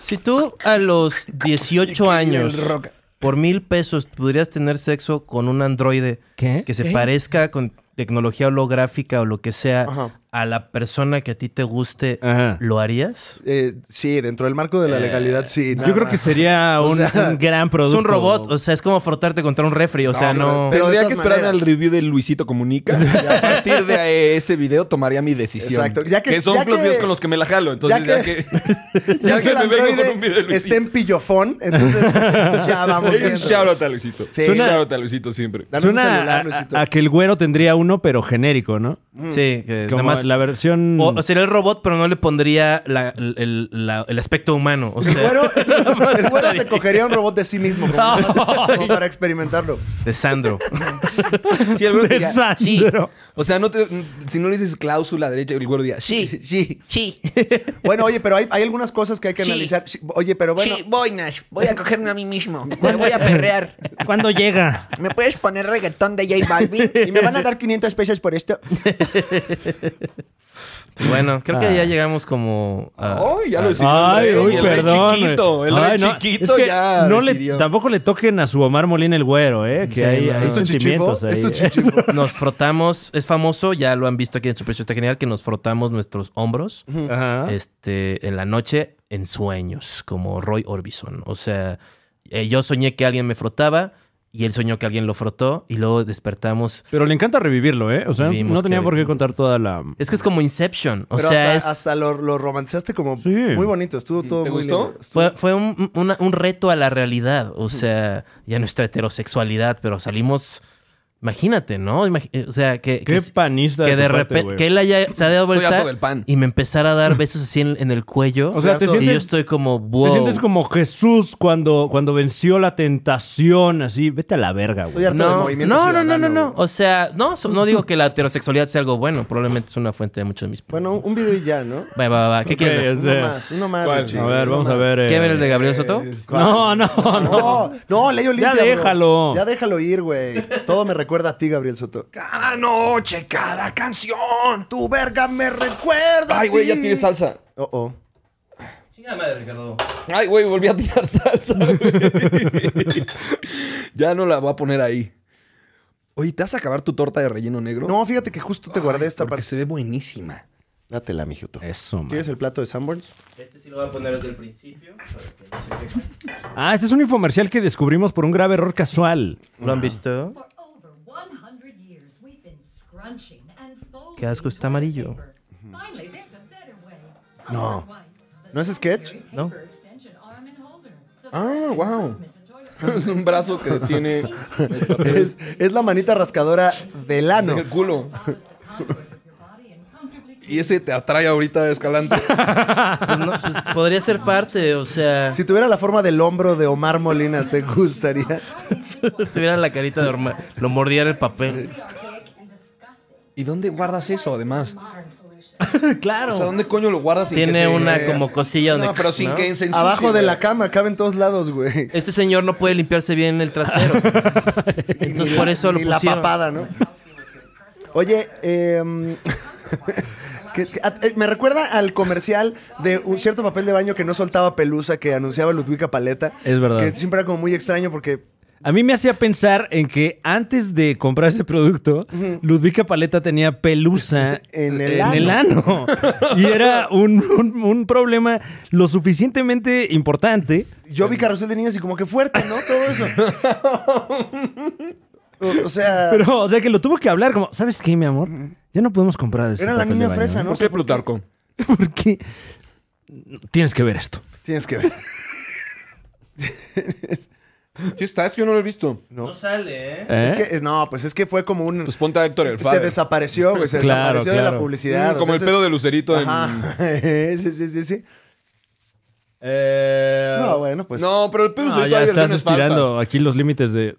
S2: Si tú a los 18 años,
S3: roca.
S2: por mil pesos, podrías tener sexo con un androide
S1: ¿Qué?
S2: que se parezca con tecnología holográfica o lo que sea
S3: Ajá.
S2: a la persona que a ti te guste,
S1: Ajá.
S2: ¿lo harías?
S3: Eh, sí, dentro del marco de la legalidad, sí. nada
S1: Eh, Yo creo que
S3: más.
S1: sería
S3: O
S1: un,
S3: sea,
S1: un gran producto.
S2: Es un robot, o sea, es como frotarte contra un refri, o sea, no...
S3: pero de
S4: Tendría
S3: todas
S4: que esperar
S3: maneras.
S4: al review de Luisito Comunica. Y a partir de ese video tomaría mi decisión.
S3: Exacto. Ya que-
S4: son
S3: ya
S4: los
S3: que-
S4: videos con los que me la jalo. Entonces,
S3: ya
S4: ya que. Ya que,
S3: el
S4: me vengo con un video de
S3: androide
S4: Luisito.
S3: está en pillofón, entonces ya vamos
S4: Hay un
S3: viendo.
S4: shout out a Luisito.
S3: Sí.
S4: Un shout out a Luisito siempre.
S3: Danos un
S1: Suena
S3: celular,
S1: a-
S3: Luisito.
S1: a, a que el güero tendría uno, pero genérico, ¿no?
S3: Mm.
S2: Sí, que
S1: Como
S2: nada más...
S1: la versión...
S2: O, o sería el robot, pero no le pondría la- el, la- el aspecto humano. O
S3: El
S2: sea,
S3: güero, el güero se cogería un robot de sí mismo como- como para experimentarlo.
S2: de Sandro.
S4: Sí, el güero
S1: de
S4: diría, "Sí".
S1: Sandro.
S4: O sea, no te- si no le dices cláusula derecha, el güero diría, sí.
S3: Sí. Bueno, oye, pero hay, hay algunas cosas que hay que
S5: Sí.
S3: analizar. Sí, Oye, pero bueno.
S5: Sí, voy, Nash. Voy a cogerme a mí mismo. Me voy a perrear.
S1: ¿Cuándo llega?
S5: ¿Me puedes poner reggaetón de J Balvin?
S3: ¿Y me van a dar 500 pesos por esto?
S2: Bueno, creo
S1: Ah.
S2: que ya llegamos como... a-
S3: Oh.
S4: Ay, ya lo decidimos.
S1: Ay,
S4: eh.
S1: uy,
S4: el
S1: perdón.
S4: rey chiquito, el
S1: Ay,
S4: rey
S1: no,
S4: chiquito
S1: es que
S4: ya
S1: no le-
S4: decidió.
S1: tampoco le toquen a su Omar Molina el güero, ¿eh? Que
S2: Sí,
S1: hay,
S2: no.
S1: hay
S2: ¿Es tu
S1: sentimientos ahí. ¿eh?
S2: Nos frotamos, es famoso, ya lo han visto aquí en su precio está genial, que nos frotamos nuestros hombros
S1: Ajá.
S2: este, en la noche en sueños, como Roy Orbison. O sea, eh, yo soñé que alguien me frotaba y él soñó que alguien lo frotó y luego despertamos.
S1: Pero le encanta revivirlo, ¿eh? O sea,
S2: Vimos
S1: no tenía
S2: que-
S1: por qué contar toda la...
S2: Es que es como Inception. O
S3: pero
S2: sea,
S3: hasta,
S2: es-
S3: hasta lo, lo romantizaste como
S1: Sí.
S3: muy bonito. Estuvo todo
S4: ¿Te
S3: muy
S4: gustó?
S3: lindo.
S2: fue, fue un, una- un reto a la realidad. O sea, ya nuestra heterosexualidad, pero salimos. Imagínate, ¿no? Imagi- eh, o sea, que.
S1: Qué
S2: que-
S1: panista
S2: que
S1: tu
S2: de
S1: parte,
S2: repente
S1: güey.
S2: que él haya se ha dado
S4: Estoy harto
S2: vuelta
S4: del pan.
S2: y me empezara a dar besos así en, en el cuello
S1: O sea, te
S2: y
S1: sientes-
S2: yo estoy como
S1: Te
S2: wow
S1: sientes como Jesús cuando, cuando venció la tentación, así. Vete a la verga,
S3: Estoy
S1: güey.
S3: harto del
S2: no,
S3: movimiento
S2: no, no, no,
S3: ciudadano,
S2: no, no.
S3: güey.
S2: O sea, no, so- no digo que la heterosexualidad sea algo bueno. Probablemente es una fuente de muchos de mis
S3: Bueno,
S2: problemas.
S3: un video y ya, ¿no?
S2: Va, va, va, va. ¿Qué
S1: Ok,
S2: quieren?
S1: es
S3: Uno
S2: ver?
S1: de-
S3: más, uno más.
S4: ¿Cuál?
S3: Richie,
S1: A ver,
S3: uno
S1: vamos a
S3: más.
S1: ver. eh,
S2: ¿Quieren Este, ver el de Gabriel Soto?
S3: este,
S1: No, no, no.
S3: No, no, Ley Olimpia.
S1: Ya
S3: bro.
S1: déjalo.
S3: Ya déjalo ir, güey. Todo me recuerda a ti, Gabriel Soto.
S5: Cada noche, cada canción.
S3: Tu verga me recuerda.
S4: Ay,
S3: a
S4: güey, ya
S3: ti.
S4: tiene salsa.
S3: Oh, oh.
S4: Ay, güey, volví a tirar salsa. güey. ya no la voy a poner ahí. Oye, ¿te vas a acabar tu torta de relleno negro?
S3: No, fíjate que justo te guardé esta
S4: porque
S3: parte.
S4: se ve buenísima.
S3: Dátela, mijito.
S1: Eso, man.
S3: ¿Quieres el plato de Sanborns?
S2: Este sí lo voy a poner desde el principio.
S1: Ah, este es un infomercial que descubrimos por un grave error casual.
S2: ¿Lo han visto? Qué asco, está amarillo.
S3: No. ¿No es sketch?
S2: No.
S4: Ah, wow. es un brazo que tiene
S3: Es, es la manita rascadora del ano.
S4: el culo. y ese te atrae ahorita, Escalante.
S2: Pues no, pues podría ser parte, o sea, si
S3: Si tuviera la forma del hombro de Omar Molina, ¿te gustaría?
S2: tuviera la carita de Orma- lo mordiera el papel.
S4: ¿Y dónde guardas eso, además?
S2: Claro.
S4: O sea, ¿dónde coño lo guardas? sin que
S2: Tiene
S4: se-
S2: una como cosilla donde
S4: No, pero sin
S2: ¿no?
S4: que se ensucie,
S3: Abajo de
S4: güey.
S3: la cama, cabe en todos lados, güey.
S2: Este señor no puede limpiarse bien el trasero. Entonces por eso lo
S3: Y la
S2: pusieron.
S3: papada, ¿no? Oye, em, que- que- a- eh, me recuerda al comercial de un cierto papel de baño que no soltaba pelusa que anunciaba Ludwika Paleta.
S1: Es verdad.
S3: Que siempre era como muy extraño porque
S1: A mí me hacía pensar en que antes de comprar ese producto, Ludvica Paleta tenía pelusa
S3: En el
S1: ano. Y era un, un- un problema lo suficientemente importante.
S3: Yo vi carrusel de niños y como que fuerte, ¿no? Todo eso. O, o sea,
S1: Pero, o sea, que lo tuvo que hablar como, ¿sabes qué, mi amor? Ya no podemos comprar ese
S3: era la
S1: papel de
S3: niña
S1: baño,
S3: fresa,
S1: ¿no?
S3: ¿no?
S4: ¿Por qué Plutarco?
S1: ¿Por qué? Tienes que ver esto.
S3: Tienes que ver.
S4: Sí está, es que yo no lo he visto.
S3: Es
S1: ¿Eh?
S3: que, eh, no, pues es que fue como un.
S4: Pues ponte a Héctor el
S3: se
S4: Fader.
S3: desapareció, güey. Se
S1: Claro,
S3: desapareció de la
S1: claro.
S3: publicidad.
S4: Como el pedo de Lucerito en-
S3: en. sí, sí, sí, sí. No, bueno, pues.
S4: Ah. no, pero el pedo de
S1: No,
S4: Lucerito
S1: Ah, ya
S4: Eh, hay
S1: estás
S4: versiones
S1: estirando
S4: falsas.
S1: aquí los límites de,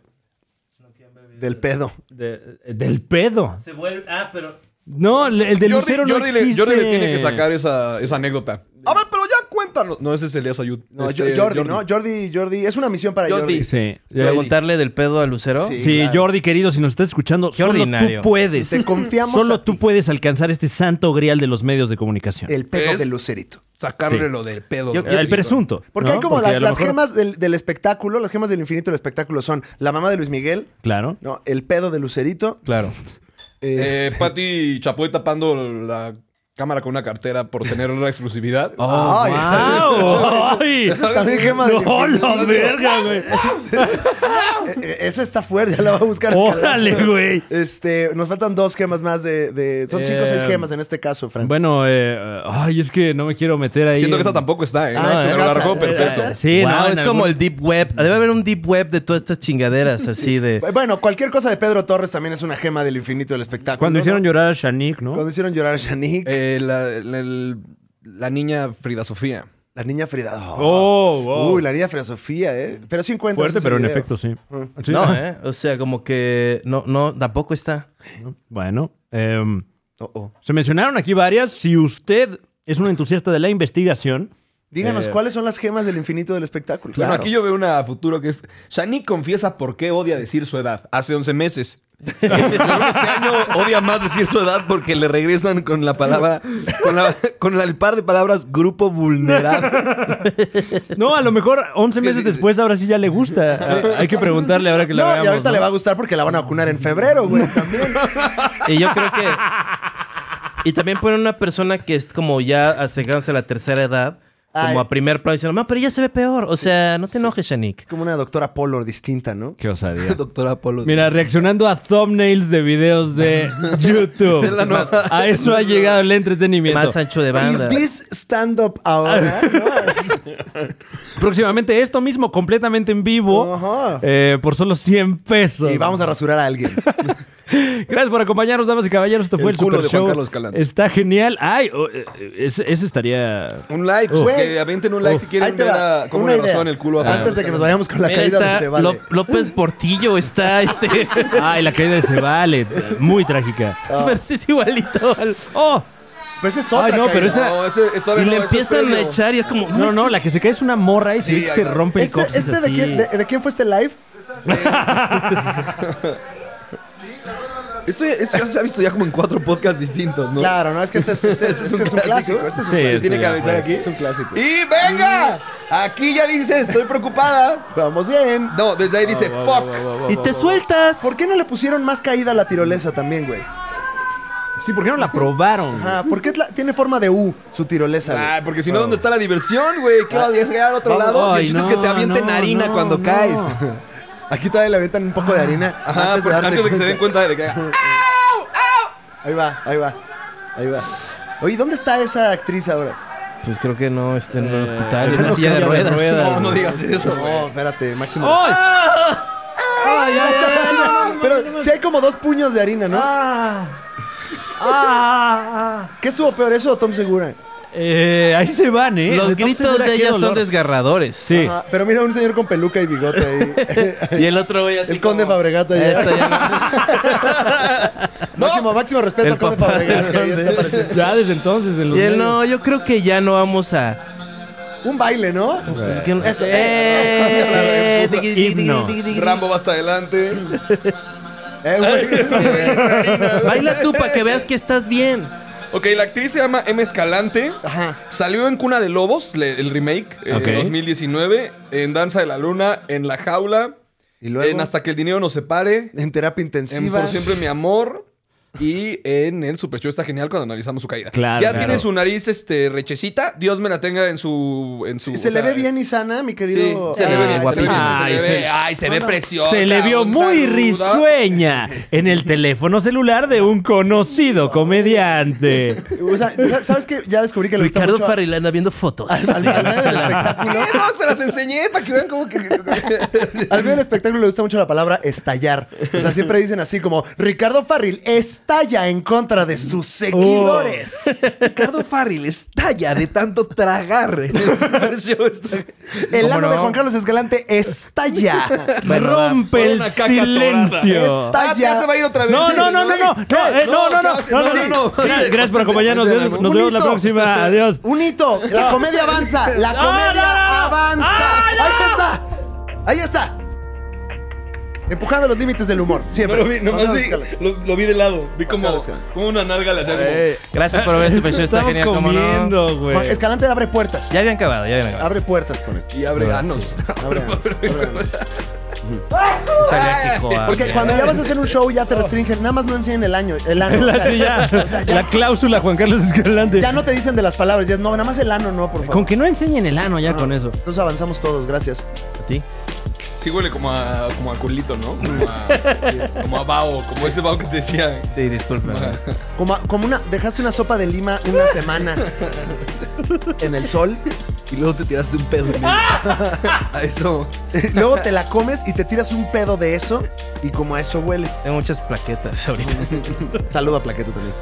S3: Del pedo.
S1: de- del pedo. Se vuelve, ah, pero... No, le- el del
S4: Jordi,
S1: lucero no
S4: Jordi le,
S1: existe.
S4: Jordi le tiene que sacar esa, esa anécdota. A ver, pero ya cuéntanos. No, ese es Elías Ayud.
S3: No,
S4: Este,
S3: Jordi, ¿no? Jordi, Jordi. Es una misión para Jordi.
S4: Jordi.
S1: Sí.
S2: ¿Preguntarle del pedo a Lucero?
S3: Sí.
S1: Sí,
S3: claro.
S1: Jordi, querido, si nos estás escuchando, solo
S2: ordinario.
S1: tú puedes.
S3: Te confiamos
S1: Solo
S3: a
S1: tú
S3: ti. Eh,
S1: puedes alcanzar este santo grial de los medios de comunicación. El,
S3: El pedo
S4: Es-
S3: del lucerito.
S4: Sacarle
S1: Sí.
S4: lo del pedo.
S2: Yo-
S4: del Lucerito.
S1: presunto.
S3: Porque
S1: ¿no?
S3: hay como
S1: Porque a
S3: las,
S1: lo
S3: las
S1: mejor-
S3: gemas del, del espectáculo, las gemas del infinito del espectáculo son la mamá de Luis Miguel,
S1: Claro.
S3: no, el pedo de Lucerito.
S2: Claro.
S3: este,
S4: Eh, Pati Chapoy tapando la cámara con una cartera por tener la exclusividad.
S1: Oh,
S3: Ay.
S1: guau. Ay.
S3: esas también gemas del
S1: No,
S3: infinito.
S1: la verga, güey.
S3: eh, eh, esa está fuerte, ya la va a buscar. Escalante.
S1: Órale, güey.
S3: Este, nos faltan dos gemas más de. de- son cinco o
S1: Eh,
S3: seis gemas en este caso, Frank.
S1: Bueno, eh, ay, es que no me quiero meter ahí.
S4: Siento que
S1: en-
S4: esa tampoco está, ¿eh?
S3: Ah, en tu
S4: Me lo
S3: casa,
S4: largó
S3: en tu
S4: perfecto.
S3: casa.
S1: Sí,
S2: Wow,
S1: no, en
S2: es como
S1: algún-
S2: el deep web. Debe haber un deep web de todas estas chingaderas así de...
S3: Bueno, cualquier cosa de Pedro Torres también es una gema del infinito del espectáculo.
S1: Cuando
S3: ¿no?
S1: hicieron llorar a Shanik, ¿no?
S3: Cuando hicieron llorar a Shanique,
S4: Eh, la, la- el- la niña Frida Sofía.
S3: la niña Frida.
S1: Oh, wow.
S3: Uy, la niña Frida Sofía, ¿eh? Pero sí encuentras.
S1: Fuerte,
S3: ese
S1: pero en
S3: video.
S1: efecto, sí. Sí.
S2: No, ¿eh? O sea, como que... No, no, tampoco está.
S1: Bueno, em,
S3: Oh, oh.
S1: se mencionaron aquí varias. Si usted es un entusiasta de la investigación,
S3: Díganos cuáles son las gemas del infinito del espectáculo.
S4: Bueno, aquí yo veo una futuro que es. Shani confiesa por qué odia decir su edad hace 11 meses. Pero este año odia más decir su edad porque le regresan con la palabra, con, la- con la- el par de palabras grupo vulnerable.
S1: No, a lo mejor 11
S4: Sí,
S1: meses
S4: sí, sí.
S1: después ahora sí ya le gusta. Hay que preguntarle ahora que la
S3: No,
S1: veamos.
S3: y ahorita
S1: ¿no?
S3: le va a gustar porque la van a vacunar en febrero, güey, también.
S2: Y yo creo que... Y también ponen una persona que es como ya acercándose a la tercera edad.
S3: Ay.
S2: Como a primer plano diciendo, "Ma, pero ya se ve peor. O sea, no te enojes, Shanik.
S3: Como una doctora Polo distinta, ¿no?
S1: Qué osadía.
S4: Doctora Apolo.
S1: Mira, reaccionando a thumbnails de videos de YouTube.
S4: Es la nueva-
S1: A eso ha llegado el entretenimiento.
S2: Más ancho de
S3: Is
S2: banda.
S3: this stand-up ahora? ¿No?
S1: Próximamente esto mismo, completamente en vivo,
S3: Ajá.
S1: eh, por solo 100 pesos.
S3: Y vamos a rasurar a alguien.
S1: Gracias por acompañarnos, damas y caballeros. Esto fue
S4: El
S1: el,
S4: culo
S1: Super
S4: de Juan
S1: Show.
S4: Carlos Calante.
S1: Está genial. Ay, oh, eh, ese, ese estaría...
S4: Un like,
S3: Uf.
S4: que aventen un like
S1: Uf.
S4: si
S3: Ahí
S4: quieren
S3: te
S4: ver
S3: va.
S4: a- cómo
S3: una
S4: le
S3: idea.
S4: razón el culo a
S3: Antes de que nos vayamos con la
S2: Mira,
S3: caída
S2: está
S3: de Cebade.
S2: Ló- López Portillo está este...
S1: Ay, la caída de Cebale. Muy trágica.
S3: Ah.
S2: Pero sí es igualito al- ¡Oh!
S3: Pues es otra
S1: Ay, no, pero
S3: caída.
S1: esa-
S4: No, ese,
S2: Y
S4: todavía
S2: le
S4: no, ese es
S2: empiezan a
S4: previo.
S2: echar y es como...
S1: No, no, la que se cae es una morra y se,
S4: Sí,
S1: ve que se
S4: ahí va.
S1: rompe el
S3: Este,
S1: coxis
S3: este de,
S1: así.
S3: quién, de, de quién fue este live?
S4: Esto, ya- esto ya se ha visto ya como en cuatro podcasts distintos, ¿no?
S3: Claro, no, es que este es, este es, este es un clásico. Este es un
S1: Sí,
S3: clásico.
S4: Tiene que avisar aquí.
S3: Es un clásico.
S4: Y venga, aquí ya dice, estoy preocupada.
S3: Vamos bien.
S4: No, desde ahí dice, fuck.
S2: Y te sueltas.
S3: ¿Por qué no le pusieron más caída a la tirolesa también, güey?
S1: Sí, ¿por qué no la probaron?
S3: Ajá, ¿por qué la- tiene forma de U su tirolesa, güey?
S4: Ah, porque si no, ¿dónde está la diversión, güey? ¿Qué va a llegar a otro
S3: Vamos.
S4: lado? Si
S1: Ay,
S4: el chiste
S1: no,
S4: es que te avienten
S1: no,
S4: harina
S1: no,
S4: cuando
S1: no.
S4: caes.
S3: Aquí todavía le avientan un poco de harina
S4: Ajá,
S3: antes,
S4: por-
S3: de darse
S4: antes de que se den
S3: cuenta.
S4: cuenta de que. ah,
S3: Ahí va, ahí va, ahí va. Oye, ¿dónde está esa actriz ahora?
S2: Pues creo que no está en un
S1: Eh,
S2: hospital,
S1: ya
S2: en una
S1: no
S2: silla de
S1: cambia de
S2: ruedas.
S1: ruedas.
S4: No, no digas eso,
S3: No,
S4: güey.
S3: espérate, máximo.
S1: ¡Ay!
S3: ¡Ay, ay, ay! Pero si hay como dos puños de harina, ¿no?
S1: ¡Ah! ¡Ah!
S3: ¿Qué estuvo peor, eso o Tom Segura?
S1: Eh, ahí se van, ¿eh?
S2: Los
S1: Tom
S2: gritos
S1: Segura,
S2: de
S1: qué
S2: ella
S1: dolor.
S2: son desgarradores.
S1: Sí.
S3: Ajá, pero mira, un señor con peluca y bigote ahí.
S2: Y el otro güey así
S3: El conde
S2: como,
S3: Fabregat ahí.
S2: "Esta ya no".
S3: Máximo, máximo respeto
S2: El
S3: al conde
S2: papá
S3: Fabregat.
S2: del
S3: que ahí está
S2: conde.
S3: apareciendo.
S1: Ya desde entonces. En los
S2: Y él,
S1: medios.
S2: no, yo creo que ya no vamos a...
S3: Un baile, ¿no?
S2: que no-
S3: Ese.
S2: Eh, tiqui, tiqui,
S1: Himno.
S2: tiqui, tiqui, tiqui.
S4: Rambo va hasta adelante.
S3: Eh, güey.
S2: Baila tú para que veas que estás bien.
S4: Ok, la actriz se llama M. Escalante.
S3: Ajá.
S4: Salió en Cuna de Lobos, le- el remake, eh, en
S1: Ok.
S4: 2019. En Danza de la Luna, en La Jaula.
S3: Y luego
S4: en Hasta que el dinero nos separe,
S3: en terapia
S4: en
S3: intensiva.
S4: Por Siempre Mi Amor y en el Super Show está genial cuando analizamos su caída.
S1: Claro,
S4: Ya
S1: claro.
S4: tiene su nariz este, rechecita. Dios me la tenga en su... En su
S3: Sí,
S4: o
S3: se le
S4: sea,
S3: ve bien y sana, mi querido.
S4: Sí, se le ve bien,
S3: Ah,
S4: se le ve bien.
S1: Ay,
S4: Se le
S1: se-
S4: ve- Ay, se ve preciosa.
S1: Se le vio
S4: un
S1: muy
S4: saludo.
S1: risueña en el teléfono celular de un conocido comediante.
S3: O sea, ya- ¿sabes qué? Ya descubrí que le gusta
S2: Ricardo
S3: mucho
S2: Farrell anda viendo fotos.
S3: al, al- al medio del espectáculo.
S4: Eh, no, se las enseñé para que vean cómo que...
S3: Al medio del espectáculo le gusta mucho la palabra estallar. O sea, siempre dicen así como Ricardo Farril estalla en contra de sus
S2: Oh.
S3: seguidores.
S5: Ricardo Farril estalla de tanto tragar.
S3: El ano de Juan Carlos Escalante estalla.
S1: Rompe el
S4: Una caca
S1: silencio.
S4: Ah, ya se va a ir otra vez.
S1: No,
S4: Sí,
S1: no, no, no,
S4: sí.
S1: no, no, eh, no, no, no,
S4: ¿qué hace?
S1: no, no,
S4: Sí,
S1: no,
S4: sí.
S1: Gracias gracias por acompañarnos, Dios- nos
S3: Un
S1: vemos la
S3: hito.
S1: próxima, adiós.
S3: Un hito. La comedia avanza. La
S1: No, no,
S3: comedia
S1: no.
S3: avanza.
S1: Ah, no.
S3: Ahí está. Ahí está. Empujando los límites del humor.
S4: No
S3: Siempre.
S4: lo vi, nomás
S3: Juan
S4: vi,
S3: Carlos Escalante.
S4: lo, lo vi de lado. Vi como,
S3: Escalante.
S4: como una nalga le hacía como...
S1: Gracias
S7: por ver Super Show, está
S1: Estamos
S7: genial, cómo no.
S1: comiendo, güey.
S3: Juan- Escalante abre puertas.
S7: Ya habían acabado, ya habían acabado.
S3: Abre puertas con esto.
S4: Y abre ganos.
S3: Abre- abre-
S7: Sabía que joder.
S3: Porque cuando ya vas a hacer un show ya te restringen, nada más no enseñen el año, el ano. o
S1: La,
S3: sea,
S1: sí, Oh. ya.
S3: ya-
S1: La cláusula Juan Carlos Escalante.
S3: ya no te dicen de las palabras, ya es no, nada más el ano, no, por favor.
S1: Con que no enseñen el ano ya con eso.
S3: Entonces avanzamos todos, gracias.
S4: Sí huele como a, como a culito, ¿no? Como a, sí, como a vaho, como ese vaho que te decía.
S7: Sí, disculpa.
S3: Como, como una, dejaste una sopa de lima una semana en el sol,
S4: Y luego te tiraste un pedo. ¿no? a eso.
S3: luego te la comes y te tiras un pedo de eso y como a eso huele.
S7: Tengo muchas plaquetas ahorita.
S3: Saluda a Plaqueto también.